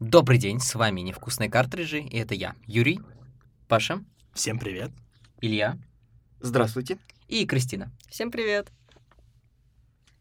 Добрый день, с вами Невкусные картриджи, и это я, Юрий, Паша, Всем привет. Илья Здравствуйте. и Кристина. Всем привет!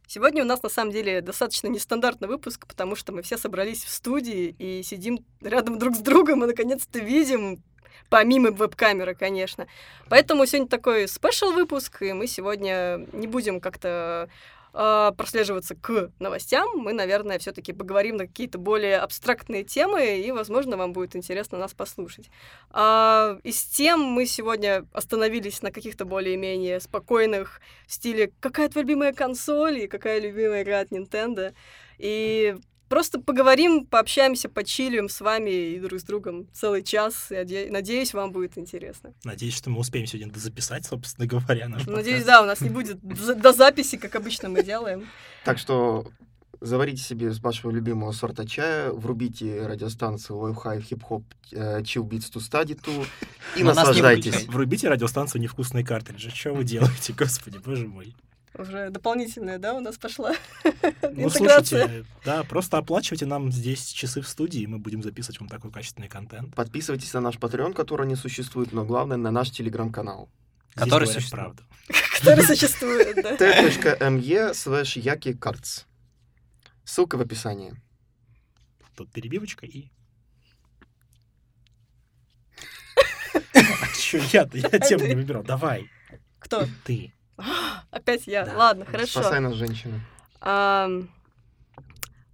Сегодня у нас на самом деле достаточно нестандартный выпуск, потому что мы все собрались в студии и сидим рядом друг с другом и наконец-то видим, помимо веб-камеры, конечно. Поэтому сегодня такой спешл выпуск, и мы сегодня не будем как-то э, прослеживаться к новостям. Мы, наверное, все-таки поговорим на какие-то более абстрактные темы, и, возможно, вам будет интересно нас послушать. А, из тем мы сегодня остановились на каких-то более-менее спокойных в стиле «Какая твоя любимая консоль?» и «Какая любимая игра от Nintendo?» И просто поговорим, пообщаемся, почилим с вами и друг с другом целый час. И оде- Надеюсь, вам будет интересно. Надеюсь, что мы успеем сегодня записать, собственно говоря, наш Ну, Надеюсь, подкаст. да, у нас не будет за- до записи, как обычно мы делаем. Так что заварите себе с вашего любимого сорта чая, врубите радиостанцию Wi-Fi хип-хоп э, Chill Beats to Study To и Но нас не наслаждайтесь. выключай. Врубите радиостанцию «Невкусные картриджи». Что вы делаете, господи, боже мой. Уже дополнительная, да, у нас пошла Ну, интеграция. слушайте, да, просто оплачивайте нам здесь часы в студии, и мы будем записывать вам такой качественный контент. Подписывайтесь на наш Patreon, который не существует, но главное на наш телеграм-канал. Здесь Который говорят существует. правду. Которая существует, да. t.me slash yaki cards. Ссылка в описании. Тут перебивочка и... Че я-то? Я тему не выбирал. Давай, Кто? ты. Опять я. Да. Ладно, хорошо. Спасай нас, женщина. Ам,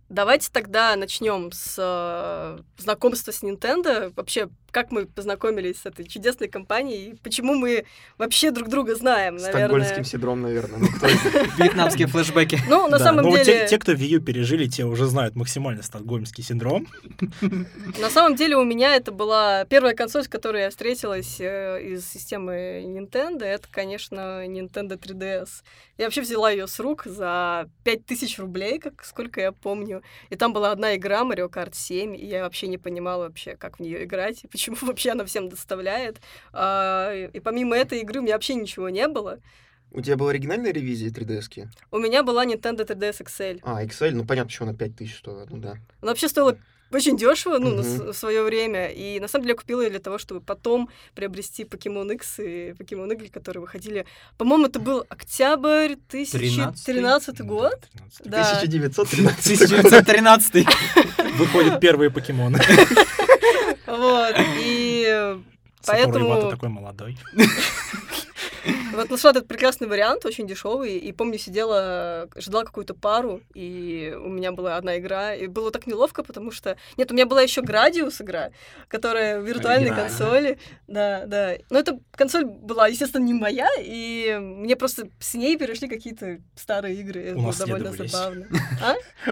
Давайте тогда начнем с э, знакомства с Nintendo. Вообще, как мы познакомились с этой чудесной компанией и почему мы вообще друг друга знаем, С наверное. Стокгольмским синдром, наверное. Ну, кто это? Вьетнамские флешбеки. Ну, на Да, самом ну, вот деле, Те, те, кто Вию пережили, те уже знают максимально стокгольмский синдром. на самом деле у меня это была первая консоль, с которой я встретилась э, из системы Nintendo. Это, конечно, Nintendo 3DS. Я вообще взяла ее с рук за 5000 рублей, как сколько я помню. И там была одна игра Mario Kart 7, и я вообще не понимала вообще, как в нее играть, и почему вообще она всем доставляет. А, и и помимо этой игры у меня вообще ничего не было. У тебя была оригинальная ревизия 3DS? -ки? У меня была Nintendo 3DS XL. А, XL, ну понятно, что она 5000, что ну да. Она вообще стоила очень дешево, ну, на с- Мгм. в свое время. И на самом деле я купила ее для того, чтобы потом приобрести Pokemon X и Pokemon Y, которые выходили. По-моему, это был октябрь Ну, 2013 год. Да. 1913 год. 1913 Выходят первые покемоны. Вот. И э, Поэтому... Поэтому- такой молодой. Вот нашла этот прекрасный вариант, очень дешевый. И помню, сидела, ждала какую-то пару, и у меня была одна игра. И было так неловко, потому что. Нет, у меня была еще Градиус игра, которая в виртуальной Оригинально. консоли. Да, да. Но эта консоль была, естественно, не моя, и мне просто с ней перешли какие-то старые игры. Это было довольно Унаследовались. забавно.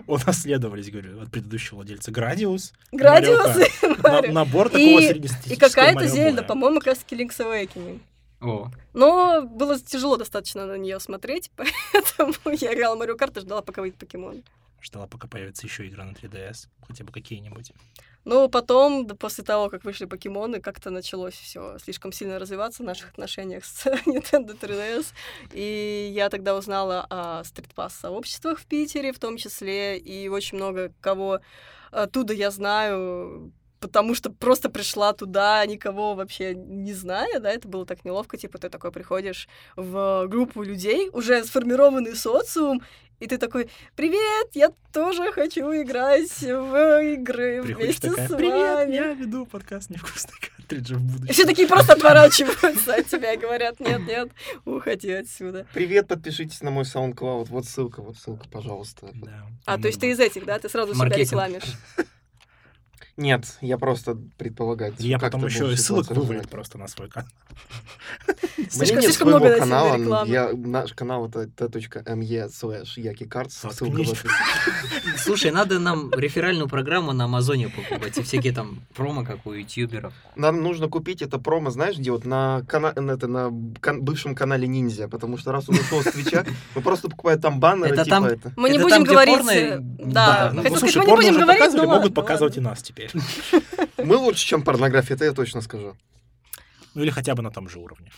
Унаследовались, говорю, от предыдущего владельца Градиус. Градиус Марио а, и На- Марио. набор И- такого И среднестатистического какая-то Марио зельда, Боя. по-моему, как раз таки Link's Awakening. О, Но было тяжело достаточно на нее смотреть, поэтому я играла в Марио Карт и ждала, пока выйдет покемон. Ждала, пока появится еще игра на 3DS. Хотя бы какие-нибудь. Но потом, да, после того, как вышли покемоны, как-то началось все слишком сильно развиваться в наших отношениях с Nintendo 3DS. И я тогда узнала о стритпасс-сообществах в Питере, в том числе, и очень много кого оттуда я знаю, потому что просто пришла туда, никого вообще не зная, да, это было так неловко, типа ты такой приходишь в группу людей, уже сформированный социум, и ты такой, привет, я тоже хочу играть в игры Приходишь вместе такая, с привет, вами». я веду подкаст «Невкусные картриджи» в И все будущем. такие просто отворачиваются от тебя и говорят, нет, нет, уходи отсюда. Привет, подпишитесь на мой SoundCloud. Вот ссылка, вот ссылка, пожалуйста. Да. А, то есть ты из этих, да, ты сразу Маркетинг. себя рекламишь. Нет, я просто предполагать. Я как потом ты еще и будешь ссылок ситуацию вывалит развивать. просто на свой канал. Ну, Слишком- Мне нет слишком своего много на себя канала, но рекламы. я, наш канал это t.me slash yakicards, ссылка в Заткнись. описании. слушай, надо нам реферальную программу на Амазоне покупать и всякие там промо, как у ютуберов. А Нам нужно купить это промо, знаешь, где вот на, кана- на это, на кан- бывшем канале Ниндзя, потому что раз он ушел с Твича, мы просто покупаем там баннеры, Это типа там- это. Мы не Это будем там, где говорить... порно, э, да, Да, Ну, хотел сказать, слушай, мы не порно будем уже говорить, показывали, но могут ладно, показывать и ладно. нас теперь. Мы лучше, чем порнография, это я точно скажу. Ну, Ну или хотя бы на том же уровне.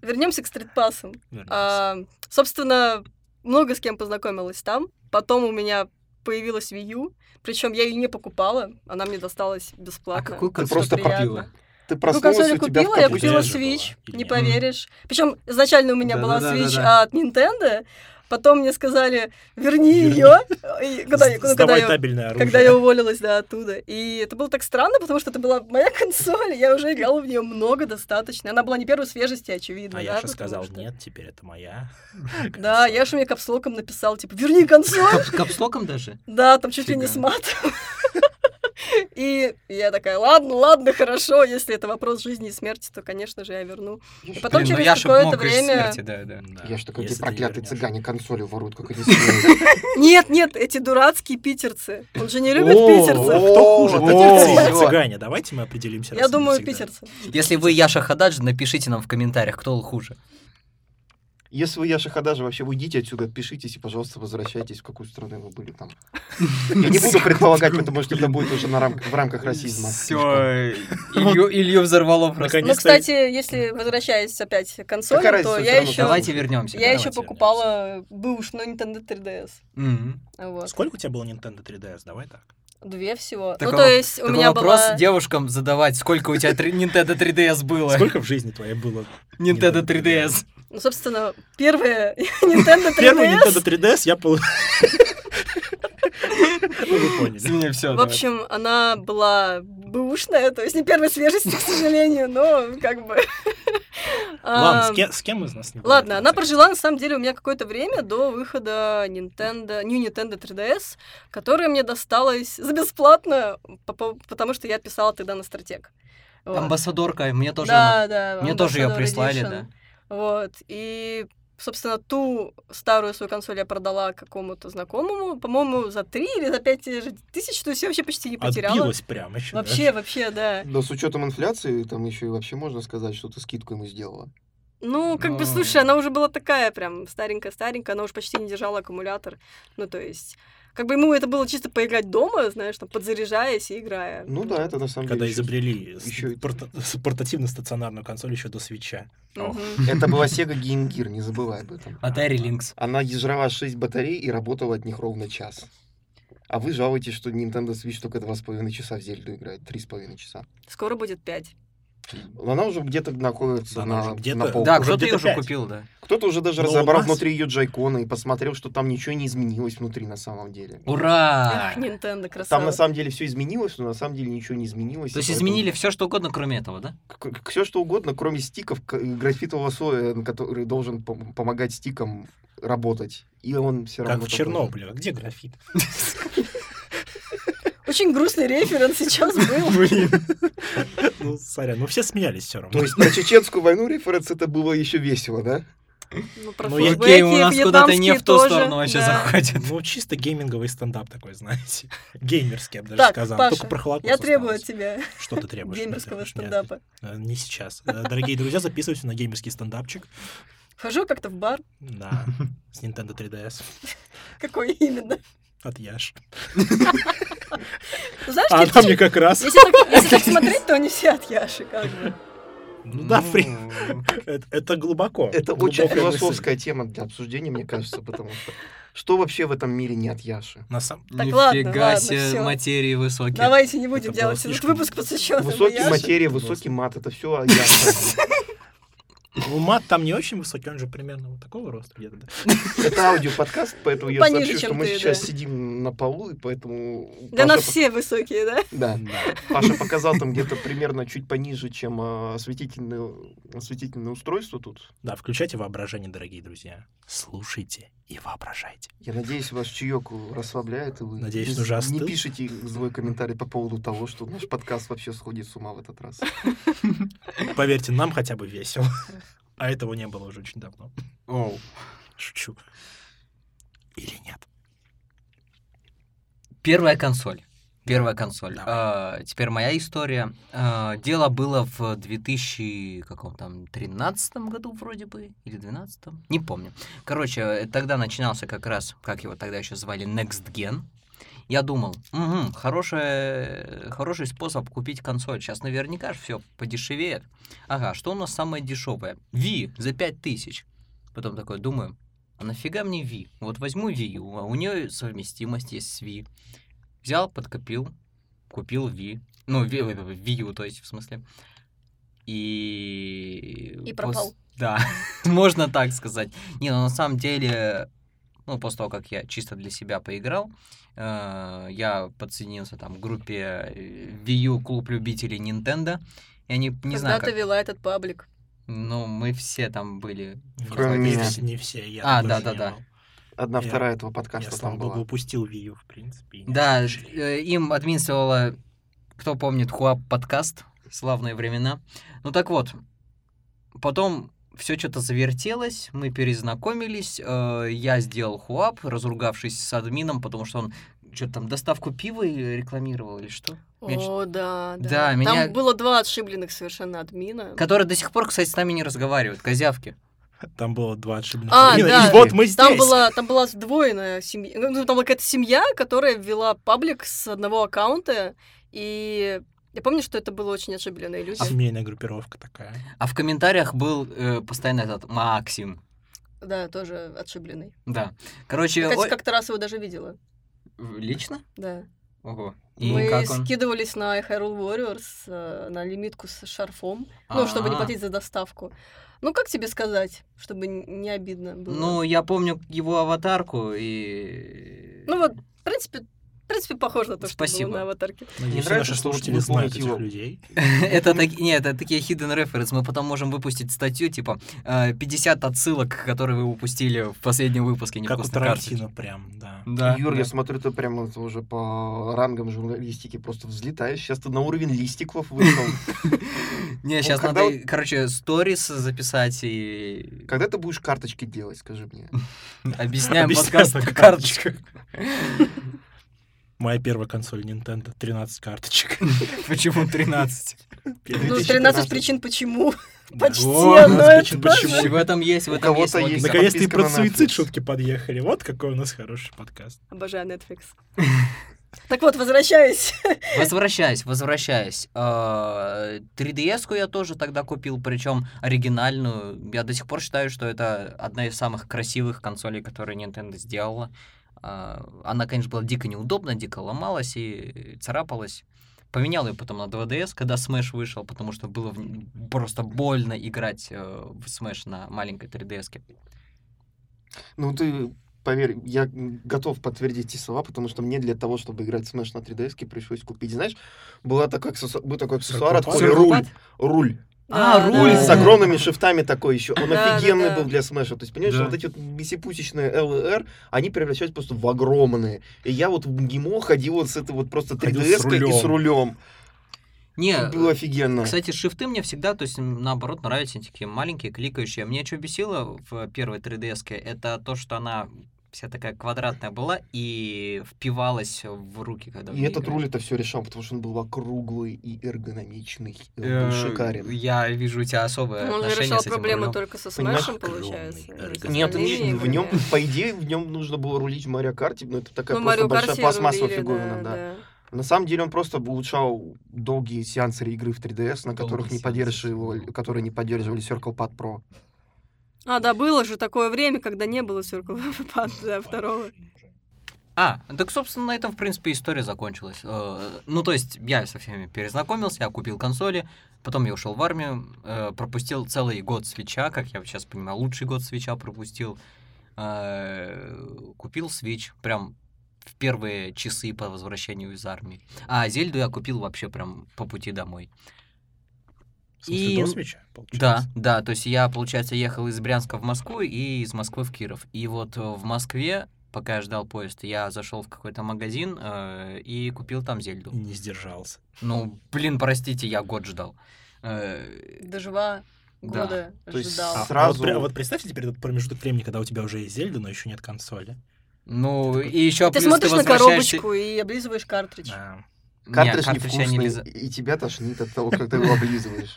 Вернемся к стритпассам. вернемся. А, собственно, много с кем познакомилась там. Потом у меня появилась Wii U, причем я ее не покупала, она мне досталась А бесплатно. какую Так что консоль приятно. купила? Ты Ну, проснулась, консоль я у тебя в купила, я капоте. купила же Switch, была, или не нет? поверишь. Причем изначально у меня была Да-да-да-да-да. Switch от Nintendo, потом мне сказали, верни ее, И когда, я- С- ну, когда Сдавай я, табельное оружие. когда я уволилась, да, оттуда. И это было так странно, потому что это была моя консоль, я уже играла в нее много достаточно. Она была не первой свежести, очевидно. да, А я же потому сказал, что- нет, теперь это моя. Да, Консоль. я же мне капслоком написал, типа, верни консоль. Кап- Капслоком даже? Да, там чуть ли не с Фига. матом. И я такая, ладно, ладно, хорошо, если это вопрос жизни и смерти, то, конечно же, я верну. Я ж- потом блин, ну через я ж какое-то мог из время- смерти, да, да. Да, Я ж такой, если эти ты проклятые вернёшь. цыгане консоли воруют, как они смеют. Нет, нет, эти дурацкие питерцы. Он же не любит питерцев. Кто хуже, О, питерцы или всё. цыгане? Давайте мы определимся. Я раз и думаю, навсегда. питерцы. Если вы Яша Хададжи, напишите нам в комментариях, кто хуже. Если вы Яша Хадажа, вообще уйдите отсюда, отпишитесь и, пожалуйста, возвращайтесь, в какую страну вы были там. Я не буду предполагать, потому что это будет уже на рам- в рамках расизма. Слишком. Все, Илью, Илью взорвало просто. Наконец-то. Ну, кстати, если возвращаясь опять к консолям, Какая то разница, я всё равно еще... Давайте вернемся. Я еще Давайте покупала бэушную Nintendo 3DS. Вот. Сколько у тебя было Nintendo 3DS? Давай так. Две всего. Такой ну, то воп- есть у Такой меня вопрос была... девушкам задавать, сколько у тебя три- Nintendo 3DS было. Сколько в жизни твоей было? Nintendo 3DS. Ну, собственно, первая Nintendo 3DS. Первый Nintendo 3DS я получил. Ну, вы поняли. Извини, все. В общем, она была бэушная, то есть не первой свежести, к сожалению, но как бы... Ладно, Ам, с кем- с кем из нас не было Ладно, она 3DS? прожила на самом деле у меня какое-то время до выхода Nintendo, New Nintendo 3DS, которая мне досталась за бесплатно, по- по- потому что я писала тогда на стратег. Вот. Амбассадорка, мне тоже Да, да. она- Мне тоже ее Ambassador прислали, Edition. да. Вот. И, собственно, ту старую свою консоль я продала какому-то знакомому, по-моему, за 3 или за 5 тысяч, то есть я вообще почти не потеряла. Отбилась прям еще. Вообще, вообще, да. Но с учетом инфляции, там еще и вообще можно сказать, что ты скидку ему сделала. Ну, как бы, Ну. слушай, она уже была такая прям старенькая-старенькая, она уже почти не держала аккумулятор. Ну, то есть, как бы ему это было чисто поиграть дома, знаешь, там, подзаряжаясь и играя. Ну да, это на самом Когда деле... ещё- изобрели с- ещё и- порта- с- портативно-стационарную консоль еще до свеча. Мгм. Это была Sega Game Gear, не забывай об этом. Atari Lynx. Она ежрала 6 батарей и работала от них ровно час. А вы жалуетесь, что Nintendo Switch только 2,5 часа в Зельду играет, 3,5 часа. Скоро будет 5. Она уже где-то находится Она на, уже где-то- на полке. Да, уже кто-то ее где-то уже пять. купил, да. Кто-то уже даже Но у разобрал нас- внутри ее джайкона и посмотрел, что там ничего не изменилось внутри на самом деле. Ура! Эх, Nintendo, красава. Там на самом деле все изменилось, но на самом деле ничего не изменилось. То есть изменили все, что угодно, кроме этого, да? все что угодно, кроме стиков, к- и графитового слоя, на который должен пом- помогать стикам работать. И он все равно... Как в такой же. Чернобыле. А Где графит? Очень грустный референс сейчас был. Блин. Ну, сорян. Ну, все смеялись все равно. То есть про чеченскую войну референс это было еще весело, да? Ну, про Ну, флешбеки, я- Гейм у нас куда-то не вьетнамские в ту тоже, сторону вообще да. заходит. Ну, чисто гейминговый стендап такой, знаете. Геймерский, я бы даже Так, сказал. Паша, Только про Холокост Я требую от осталось. тебя Что ты требуешь? Нет, геймерского требуешь, нет. стендапа. Э, Не сейчас. Э, Дорогие друзья, записывайтесь на геймерский стендапчик. Хожу как-то в бар. Да. С Nintendo 3DS. Какой именно? От Яш. Ну, Знаешь, А если- она мне как раз... если так- если так смотреть, то они все от Яши, как бы. Ну да, в принципе. Это Э, это глубоко. Это очень Глубокая мысль. философская тема для обсуждения, мне кажется, потому что что вообще в этом мире не от Яши? На самом... Так, ладно, Нифига ладно, себе, всё. материи высокие. Давайте не будем Это делать было этот слишком выпуск посвященный Высокий Яше. материя, высокий мат, это все о Яше. Ну, мат там не очень высокий, он же примерно вот такого роста где-то. да. Это аудиоподкаст, поэтому я Пониже, сообщу, что чем мы ты, сейчас да. сидим на полу, и поэтому... Для Паша нас пок- все высокие, да? Да, Да. Паша показал там где-то примерно чуть пониже, чем а, осветительное, осветительное устройство тут. Да, включайте воображение, дорогие друзья. Слушайте и воображайте. Я надеюсь, ваш чаек расслабляет, и вы Надеюсь, не, он уже не остыл. пишите злой комментарий по поводу того, что наш подкаст вообще сходит с ума в этот раз. Поверьте, нам хотя бы весело. А этого не было уже очень давно. Оу. Шучу. Или нет? Первая консоль. Первая консоль. Давай. А, теперь моя история. А, дело было в 2000 каком там 13 году вроде бы или 12 не помню. Короче, э, тогда начинался как раз, как его тогда еще звали, Next Gen. я думал, «Мгм, хорошая- хороший способ купить консоль. Сейчас наверняка все подешевеет. Ага, что у нас самое дешевое? Ви за 5000. Потом такой думаю, а нафига мне Ви? Вот возьму Ви, у, а у нее совместимость есть с Ви. Взял, подкопил, купил Ви. Ну, Ви, э, Вию, то есть, в смысле. И... И пос- пропал. Да, можно так сказать. Не, ну на самом деле, ну, после того, как я чисто для себя поиграл, э, я подсоединился там к группе э, Wii U Клуб любителей Nintendo. И они, не знаю, Когда-то как- вела этот паблик. ну, мы все там были. Кроме Не- меня. Не все, я А, тоже да-да-да. не был. Одна Я- вторая этого Я, подкаста слава там богу, была. упустил Wii U, в принципе. и не Да, жалею. э, им администрировала, кто помнит, Хуап подкаст, славные времена. Ну так вот, потом все что-то завертелось, мы перезнакомились, э, я сделал Хуап, разругавшись с админом, потому что он что-то там доставку пива и рекламировал или что? Я чё- О, да, да. Да, меня- Там было два отшибленных совершенно админа. Который до сих пор, кстати, с нами не разговаривает, козявки. Там было два ошибных. А, Блин, да. И вот мы здесь. Там была, там была сдвоенная семья. Ну, там была какая-то семья, которая ввела паблик с одного аккаунта, и я помню, что это было очень ошибленные люди. А Семейная группировка такая. А в комментариях был э, постоянно этот Максим. Да, тоже отшибленный. Да. Короче, Я, кстати, ой- как-то раз его даже видела. лично? Да. Ого. Мы скидывались на Hyrule Warriors, э, на лимитку с шарфом, ну, чтобы не А. платить за доставку. Ну, как тебе сказать, чтобы н- не обидно было? Ну, я помню его аватарку и... Ну вот, в принципе, в принципе, похоже на то, что Спасибо. было на аватарке. Надеюсь, Мне все нравится, наши что вот слушатели вы знают помните этих его. людей. это, так... Нет, это такие hidden reference. Мы потом можем выпустить статью, типа, э, 50 отсылок, которые вы упустили в последнем выпуске Как у «Невкусной Тарантино прям, да. карточки». Да. Юр, да. я смотрю, ты прямо это уже по рангам журналистики просто взлетаешь. Сейчас ты на уровень листиков вышел. Не, Ну, сейчас когда надо, короче, сторис записать и... Когда ты будешь карточки делать, скажи мне? Объясняем Объясняем подкаст на на карточках. Моя первая консоль Nintendo, 13 карточек. Почему 13? Ну, 2013. 13 причин почему. Почти Ну, О, одно и 13 причин то же. почему. В этом есть, в У этом есть кого-то есть. логика. Наконец-то и подписка на про суицид Netflix. шутки подъехали. Вот какой у нас хороший подкаст. Обожаю Netflix. Так вот, возвращаясь. Возвращаясь, возвращаясь. э, 3DS-ку я тоже тогда купил, причем оригинальную. Я до сих пор считаю, что это одна из самых красивых консолей, которые Nintendo сделала. Э, Она, конечно, была дико неудобна, дико ломалась и царапалась. Поменял ее потом на 2DS, когда Smash вышел, потому что было в н- просто больно играть э, в Smash на маленькой 3DS-ке. Ну, ты поверь, я готов подтвердить эти слова, потому что мне для того, чтобы играть в Smash на 3DS, пришлось купить, знаешь, была такой аксессуар, был такой аксессуар от Саркопат? Коли, руль, руль, А, Да, руль руль да. с огромными шифтами такой еще, он Да, да, офигенный да. был для Smash, то есть, понимаешь, Да. вот эти вот бесипусечные LR, они превращаются просто в огромные, и я вот в МГИМО ходил вот с этой вот просто Ходил с 3DS -кой и рулем. с рулем, Не, э, было офигенно. Кстати, шифты мне всегда, то есть, м, наоборот, нравятся они такие маленькие, кликающие. Мне что бесило в первой 3DS, -ке, это то, что она вся такая квадратная была и впивалась в руки, когда в И ней этот играли. руль это все решал, потому что он был округлый и эргономичный, и он Э, был шикарен. Я вижу, у тебя особое Он же отношение решал с этим проблему рулем. только со Понимаешь, смешем, получается. огромный и с оргазм. Нет, остальными не, в играми. нем, по идее, в нем нужно было рулить в Марио Карте, но это такая Ну, Марио просто Карт большая все пластмассовая рулили, фиговина, да. да. На самом деле он просто улучшал долгие сеансы игры в 3DS, на Долгие которых не сеансы. поддерживали, которые не поддерживали Circle Pad Pro. А, да, было же такое время, когда не было Circle Pad, да, второго. А, так, собственно, на этом, в принципе, история закончилась. Э, Ну, то есть, я со всеми перезнакомился, я купил консоли, потом я ушел в армию, э, пропустил целый год свеча, как я сейчас понимаю, лучший год свеча пропустил. Э, Купил свич прям в первые часы по возвращению из армии. А Зельду я купил вообще прям по пути домой. В смысле, И- до свеча, Да, получается? да, то есть я, получается, ехал из Брянска в Москву и из Москвы в Киров. И вот э, в Москве, пока я ждал поезд, я зашел в какой-то магазин э, и купил там И Зельду. не сдержался. Ну, блин, простите, я год ждал. Э, До два Да. года То есть ждал. с- А вот Сразу- пря- вот представьте теперь этот промежуток времени, когда у тебя уже есть Зельда, но еще нет консоли. Ну, и еще Ты смотришь на коробочку и облизываешь картридж. Да. Картридж невкусный, и тебя тошнит от того, как ты его облизываешь.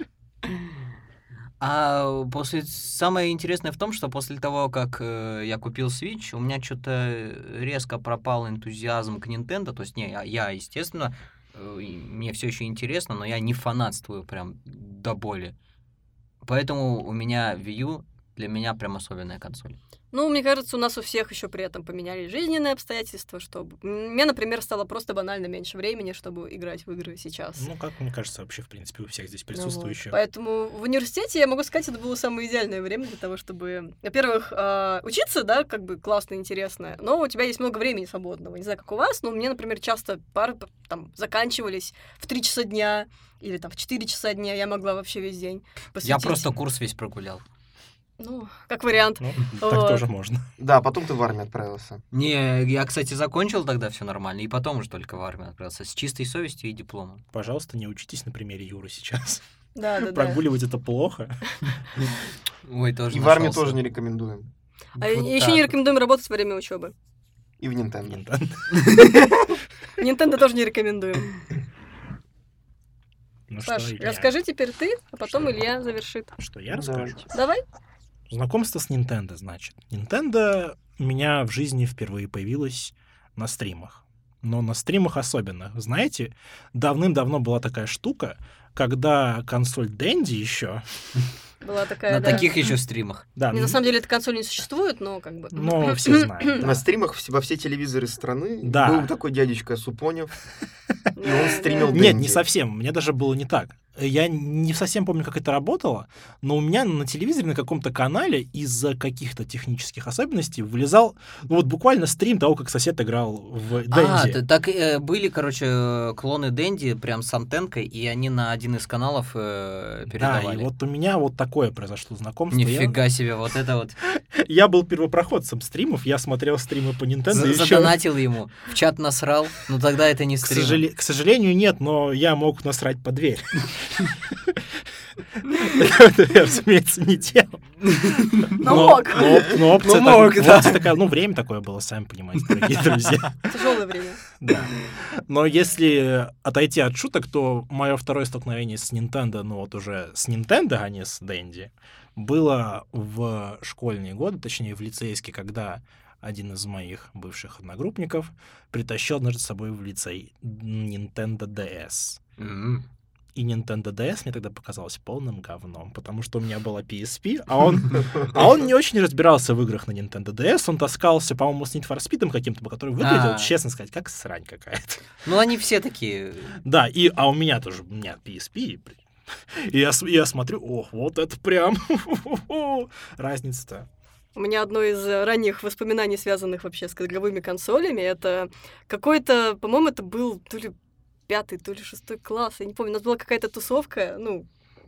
А после самое интересное в том, что после того, как э, я купил Switch, у меня что-то резко пропал энтузиазм к Nintendo. То есть, не, я, я, естественно, э, и мне все еще интересно, но я не фанатствую прям до боли. Поэтому у меня Wii U для меня прям особенная консоль. Ну, мне кажется, у нас у всех еще при этом поменялись жизненные обстоятельства, чтобы... Мне, например, стало просто банально меньше времени, чтобы играть в игры сейчас. Ну, как мне кажется, вообще, в принципе, у всех здесь Ну вот. присутствующих. Поэтому в университете, я могу сказать, это было самое идеальное время для того, чтобы, во-первых, а, учиться, да, как бы классно, интересно, но у тебя есть много времени свободного. Не знаю, как у вас, но у меня, например, часто пары п- там заканчивались в 3 часа дня или там в 4 часа дня, я могла вообще весь день Я посвятить. просто курс весь прогулял. Ну, как вариант. Ну, Вот. так тоже можно. Да, потом ты в армию отправился. Не, я, кстати, закончил тогда все нормально, и потом уже только в армию отправился. С чистой совестью и дипломом. Пожалуйста, не учитесь на примере Юры сейчас. Да, да, да. Прогуливать это плохо. Ой, тоже И в армию нашёлся. тоже не рекомендуем. А Вот еще так не вот. рекомендуем работать во время учебы. И в Nintendo. Nintendo тоже не рекомендуем. А Ну что, Паш, Илья? расскажи теперь ты, а потом Что? Илья завершит. Что я Ну, расскажу? давайте. Давай. Знакомство с Nintendo, значит. Nintendo у меня в жизни впервые появилось на стримах. Но на стримах особенно. Знаете, давным-давно была такая штука, когда консоль Dendy еще... Была такая, На да. таких еще стримах. Да, Не, на самом деле эта консоль не существует, но как бы... но все знают. да. На стримах вс- во все телевизоры страны Да. был такой дядечка Супонев. И он стримил Dendy. Нет, не совсем. Мне даже было не так. Я не совсем помню, как это работало, но у меня на телевизоре на каком-то канале из-за каких-то технических особенностей вылезал, ну вот буквально стрим того, как сосед играл в А, Dendy. т- так э, были, короче, э, клоны Дэнди прям с антенкой, и они на один из каналов э, Да, и передавали. вот у меня вот такое произошло знакомство. Я- Нифига себе, вот это вот. Я, был первопроходцем стримов, я смотрел стримы по Nintendo За- еще. Задонатил ему, в чат насрал, но тогда это не К, стрим. сожале- к сожалению, нет, но я мог насрать по дверь. Это я, разумеется, не делал. Но Но- мог. но оп- Но опция Но мог, так- да. опция такая, ну, время такое было, сами понимаете, дорогие друзья. Тяжелое время. Да. Но если отойти от шуток, то мое второе столкновение с Nintendo, ну вот уже с Nintendo, а не с Дэнди, было в школьные годы, точнее в лицейске, когда один из моих бывших одногруппников притащил однажды с собой в лицей Nintendo DS. М. И Nintendo DS мне тогда показалось полным говном, потому что у меня была PSP, а он а он не очень разбирался в играх на Nintendo DS, он таскался, по-моему, с Need for Speed каким-то, который выглядел, А. честно сказать, как срань какая-то. Ну, они все такие. Да, и, а у меня тоже, у меня PSP, и при- и я, с- я смотрю, ох, вот это прям разница-то. Ну, У меня одно из э, ранних воспоминаний, связанных вообще с игровыми консолями, это какой-то, по-моему, это был то ли пятый, то ли шестой класс, я не помню, у нас была какая-то тусовка, ну,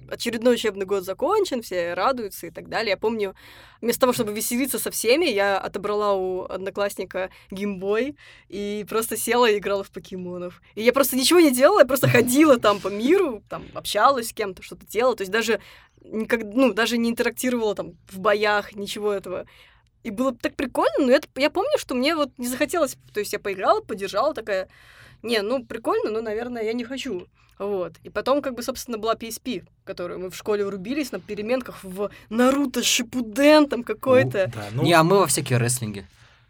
очередной учебный год закончен, все радуются и так далее. Я помню, вместо того, чтобы веселиться со всеми, я отобрала у одноклассника геймбой и просто села и играла в покемонов. И я просто ничего не делала, я просто ходила там по миру, там общалась с кем-то, что-то делала. То есть даже никак, ну, даже не интерактировала там в боях, ничего этого. И было так прикольно, но это, я помню, что мне вот не захотелось, то есть я поиграла, подержала, такая, не, ну, прикольно, но, наверное, я не хочу. Вот. И потом, как бы, собственно, была PSP, которую мы в школе врубились на переменках в Наруто Шипуден там какой-то. Да, ну, Не, а мы во всякие рестлинги.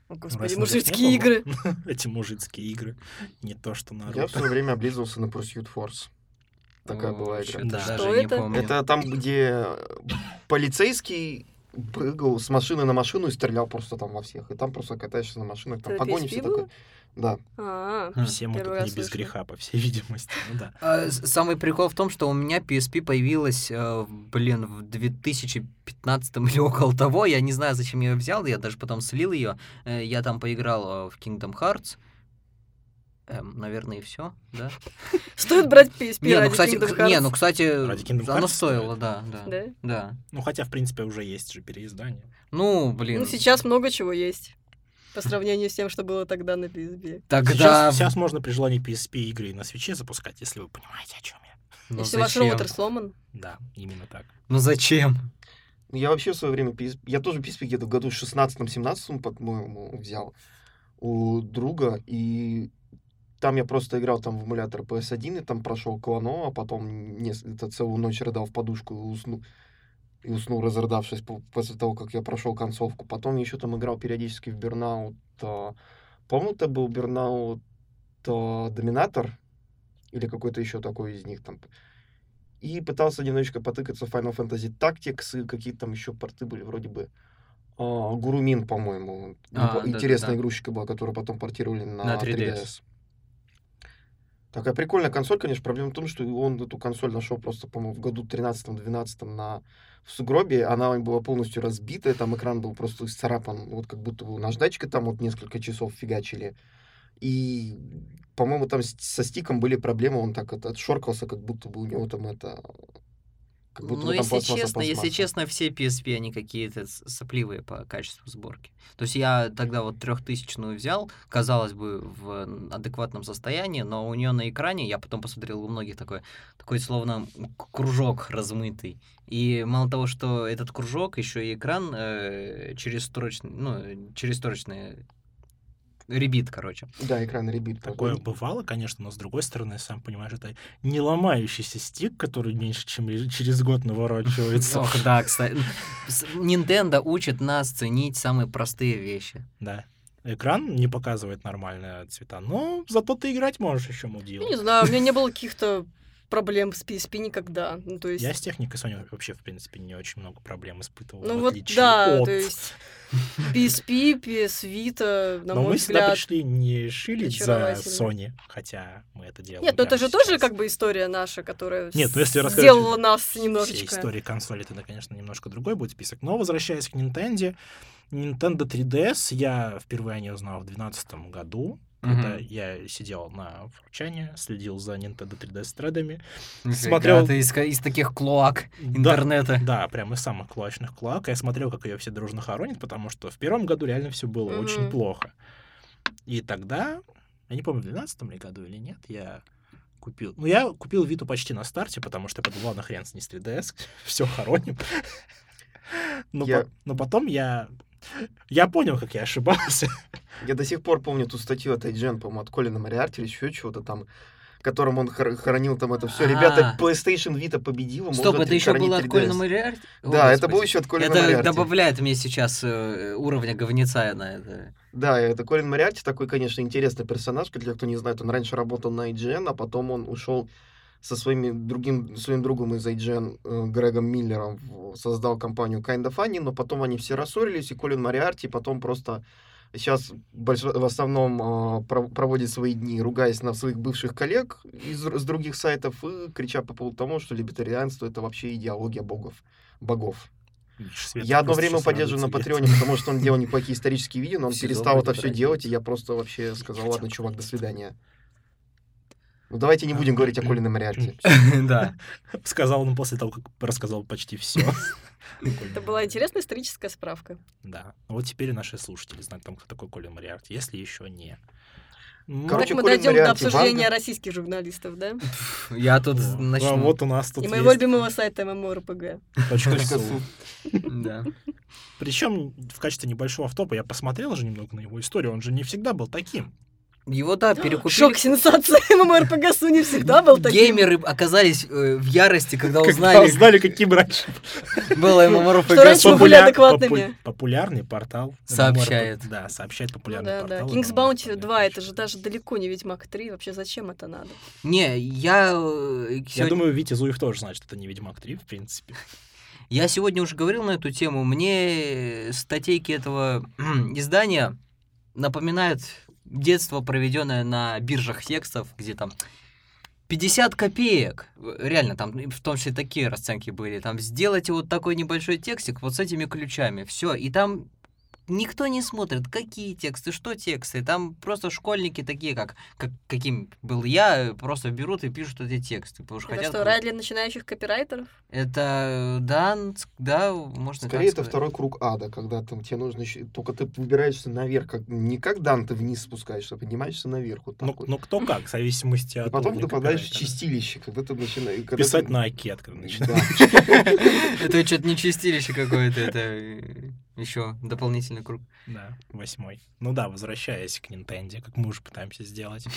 О, ну, господи, раз мужицкие на игры. десне, по-моему, Эти мужицкие игры, не то что Я в Наруто. свое время облизывался на Pursuit Force. Такая О, была игра. чё-то Да. даже Что не это? помню. Это там, где э, полицейский прыгал с машины на машину и стрелял просто там во всех. И там просто катаешься на машинах, там Это погони, PSP все было? такое. Да. А, Хм. Все мы тут Первый не раз без слышу. греха, по всей видимости. Ну да. А, с- Самый прикол в том, что у меня PSP появилась, э, блин, в 2015 или около того. Я не знаю, зачем я ее взял, я даже потом слил ее. Я там поиграл э, в Kingdom Hearts. Эм, наверное, и все, да? Стоит брать PSP Не, ну, ради кстати, Kingdom к- не, Hearts, ну, Ради кстати, Kingdom оно Hearts стоило, да, да, да? да. Ну хотя, в принципе, уже есть же переиздание. Ну, блин. Ну, сейчас много чего есть по сравнению с тем, что было тогда на PSP. Тогда... Сейчас, сейчас можно при желании PSP игры и на свече запускать, если вы понимаете, о чем я. Ну, Если ваш зачем? роутер сломан, Да, именно так. Ну, зачем? Я вообще в свое время PSP, я тоже PSP где-то в году 16-17, по-моему, взял у друга, и там я просто играл там в эмулятор PS1, и там прошел клоно, а потом нес- это целую ночь рыдал в подушку и уснул. и уснул, разрыдавшись по- после того, как я прошел концовку. Потом я еще там играл периодически в Бернаут. а, По-моему, это был Бернаут а, Доминатор или какой-то еще такой из них там. И пытался немножечко потыкаться в Final Fantasy Tactics, и какие-то там еще порты были вроде бы. А, Гурумин, по-моему. А, Непо- да-да-да. Интересная игрушечка была, которую потом портировали на, На 3DS. 3DS. Такая прикольная консоль, конечно. Проблема в том, что он эту консоль нашел просто, по-моему, в году 13-12 на в сугробе. Она была полностью разбитая, там экран был просто исцарапан, вот как будто бы наждачкой там вот несколько часов фигачили. И, по-моему, там с- со стиком были проблемы, он так это отшоркался, как будто бы у него там это... Как будто Ну, бы там если пластмасса, честно, если пластмасса. честно, все PSP, они какие-то с- сопливые по качеству сборки. То есть я тогда вот трехтысячную взял, казалось бы, в м, адекватном состоянии, но у нее на экране, я потом посмотрел у многих такой, такой словно к- кружок размытый. И мало того, что этот кружок, еще и экран э, через строчный, ну, через строчный ребит, короче. Ну, Да, экран ребит. Такое бывало, конечно, но с другой стороны, сам понимаешь, это не ломающийся стик, который меньше, чем лежит, через год наворачивается. Ох, да, кстати. С- Nintendo учит нас ценить самые простые вещи. Да. Экран не показывает нормально цвета, но зато ты играть можешь еще мудил. Я Ну, не знаю, у меня не было каких-то проблем с PSP никогда. Ну, то есть... Я с техникой Sony вообще, в принципе, не очень много проблем испытывал. Ну в вот, отличие да, от... то есть PSP, PS Vita, на Но мой мы сюда взгляд... пришли не шилить за очаровательно. Sony, хотя мы это делаем. Нет, ну это прямо же сейчас. тоже как бы история наша, которая Нет, ну если рассказать сделала нас Все немножечко. истории консоли, тогда, конечно, немножко другой будет список. Но возвращаясь к Nintendo, Nintendo 3DS я впервые о ней узнал в 2012 году. когда Мгм. я сидел на вручании, следил за Nintendo 3DS тредами. Нифига Смотрел- ты из, ка- из таких клоак интернета. Да, прям из самых клачных клак. Я смотрел, как ее все дружно хоронят, потому что в первом году реально все было Мгм. очень плохо. И тогда, я не помню, в 12 ли году или нет, я купил... Ну, я купил Виту почти на старте, потому что я подумал, ладно, хрен с ней с 3DS, все хороним. Но, Я- по- но потом я... Я понял, как я ошибался. Я до сих пор помню ту статью от IGN, по-моему, от Колина Мариарти или еще чего-то там, которым он хор- хоронил там это все. Ребята, А. PlayStation Vita победила. Стоп, можно это еще хоронить было от 3DS. Колина Мариарти? О, Да, это господи. было еще от Колина Это Мариарти. добавляет мне сейчас э, уровня говнеца на это. Да, это Колин Мариарти, такой, конечно, интересный персонаж. Для кто не знает, он раньше работал на IGN, а потом он ушел со своими другим, своим другом из IGN, э, Грегом Миллером, в- создал компанию Kind of Funny, но потом они все рассорились, и Колин Мариарти потом просто сейчас в основном э, про- проводит свои дни, ругаясь на своих бывших коллег из, с других сайтов и крича по поводу того, что либертарианство — это вообще идеология богов. богов. Я одно время поддерживал на Патреоне, потому что он делал неплохие исторические видео, но он Сезон перестал это будет все разница. делать, и я просто вообще сказал, хотел ладно, чувак, до говорить. свидания. Ну давайте не будем говорить о Колине Мариарте. Да. Сказал он после того, как рассказал почти все. Это была интересная историческая справка. Да. Ну Вот теперь и наши слушатели знают, там, кто такой Колин Мариарти, если еще не. Ну, Короче, так мы Колин дойдем до Мариарти, обсуждения Ванга. российских журналистов, да? Я тут вот, начну. а вот у нас тут И моего есть любимого сайта ММО-РПГ. точка Точка су. су. Да. Причем в качестве небольшого автопа я посмотрел же немного на его историю, он же не всегда был таким. Его, да, перекупили. Шок, сенсация, ММО-РПГ Су не всегда был таким. Геймеры оказались э, в ярости, когда Когда узнали, узнали, каким раньше. было Что ММОРПГ. раньше мы были адекватными. попу- популярный портал. Сообщает. MMORPG. Да, сообщает Ну популярный да, да. портал. King's MMORPG. Bounty 2, это же даже далеко не Ведьмак 3. Вообще зачем это надо? Не, я... э, Я сегодня- думаю, Витя Зуев тоже знает, что это не Ведьмак 3, в принципе. Я сегодня уже говорил на эту тему. Мне э, статейки этого издания напоминают детство, проведенное на биржах текстов, где там 50 копеек. В- Реально, там в том числе такие расценки были. Там сделайте вот такой небольшой текстик вот с этими ключами. Все. И там никто не смотрит, какие тексты, что тексты. Там просто школьники такие, как, как каким был я, э, просто берут и пишут эти тексты. Потому что Это хотят... что, рай для начинающих копирайтеров? Это, э, да, н- ск- да, можно так Скорее, это сказать. второй круг ада, когда там тебе нужно еще... Только ты выбираешься наверх, как... не как Данте вниз спускаешься, а поднимаешься наверх вот так Ну, вот. ну кто как, в зависимости И от... потом уровня ты попадаешь в копирайта. чистилище, когда ты начинаешь... когда Писать ты- на Акет, когда начинаешь. Да. Это что-то не чистилище какое-то, это еще дополнительный круг. Да, восьмой. Ну да, возвращаясь к Nintendo, как мы уже пытаемся сделать.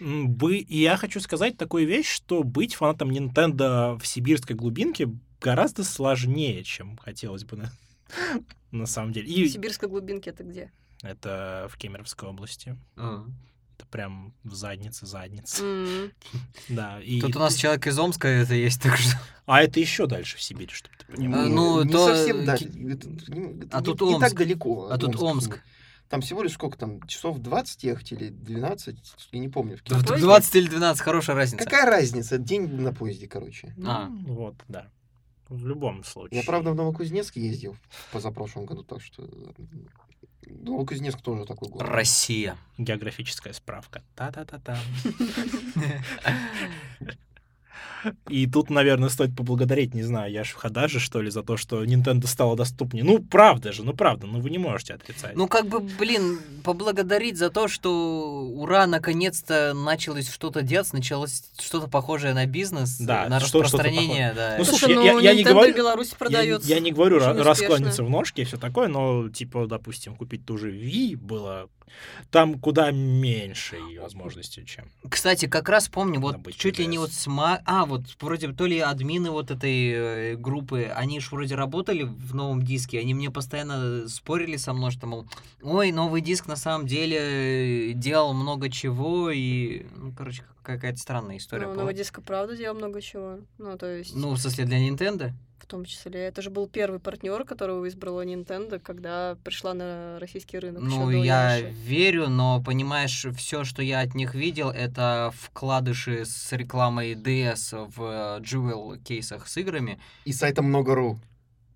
М, Бы... И я хочу сказать такую вещь, что быть фанатом Nintendo в сибирской глубинке гораздо сложнее, чем хотелось бы на, на самом деле. В И сибирской глубинке это где? это в Кемеровской области. А. Это прям в заднице задница. М, Да. И... Тут у нас человек из Омска это есть, так что... А это еще дальше в Сибири, чтобы ты Не, понимал. А, ну, не то- совсем, да. ки- это- это не- это а не- тут не так Омск. далеко. А от тут Омск. Там всего лишь сколько там, часов 20 ехать или 12, я не помню. в Да в километрах. поезде? 20 или 12, хорошая разница. Какая разница? День на поезде, короче. А. Ну, Вот, да. В любом случае. Я, правда, в Новокузнецк ездил в позапрошлом году, так что... м, Новокузнецк тоже такой город. Россия. Географическая справка. Та-та-та-та. И тут, наверное, стоит поблагодарить, не знаю, Яшу Хададжи, что ли, за то, что Nintendo стала доступнее. Ну, правда же, ну, правда, ну, вы не можете отрицать. Ну, как бы, блин, поблагодарить за то, что ура, наконец-то началось что-то делать, началось что-то похожее на бизнес, Да, на что- что-то распространение, да. Ну, Слушай, слушай, ну я- я не Nintendo говорю- в Беларуси Я, продается. я не говорю очень ра- успешно. раскланяться в ножке и все такое, но, типа, допустим, купить ту же Wii было там куда меньше ее возможностей, чем... Кстати, как раз помню, вот Надо быть чуть ли не PBS. вот с Ма- А, вот вроде то ли админы вот этой э, группы, они ж вроде работали в новом диске, они мне постоянно спорили со мной, что, мол, ой, новый диск на самом деле э, делал много чего, и, ну, короче, какая-то странная история Ну, была. новый диск и правда делал много чего. Ну, то есть, Ну, в смысле, для Nintendo? в том числе. Это же был первый партнер, которого избрала Nintendo, когда пришла на российский рынок. ещё Ну, до я Яши. верю, но, понимаешь, все, что я от них видел, это вкладыши с рекламой DS в э, Jewel кейсах с играми. И сайта много.ру.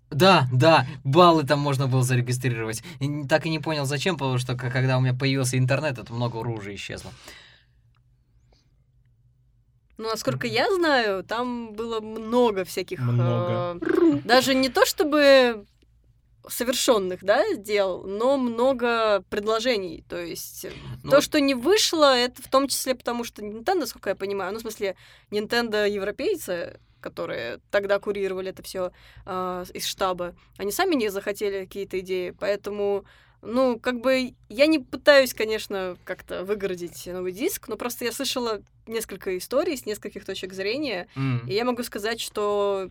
Да, да, баллы там можно было зарегистрировать. И н- так и не понял, зачем, потому что к- когда у меня появился интернет, это много оружия исчезло. Ну, насколько я знаю, там было много всяких... Много. э, даже не то чтобы совершенных, да, дел, но много предложений. То есть э, Ну, то, что не вышло, это в том числе потому, что Nintendo, сколько я понимаю, ну, в смысле, Nintendo европейцы, которые тогда курировали это все из штаба, они сами не захотели какие-то идеи, поэтому, ну, как бы, я не пытаюсь, конечно, как-то выгородить новый диск, но просто я слышала несколько историй с нескольких точек зрения, м. и я могу сказать, что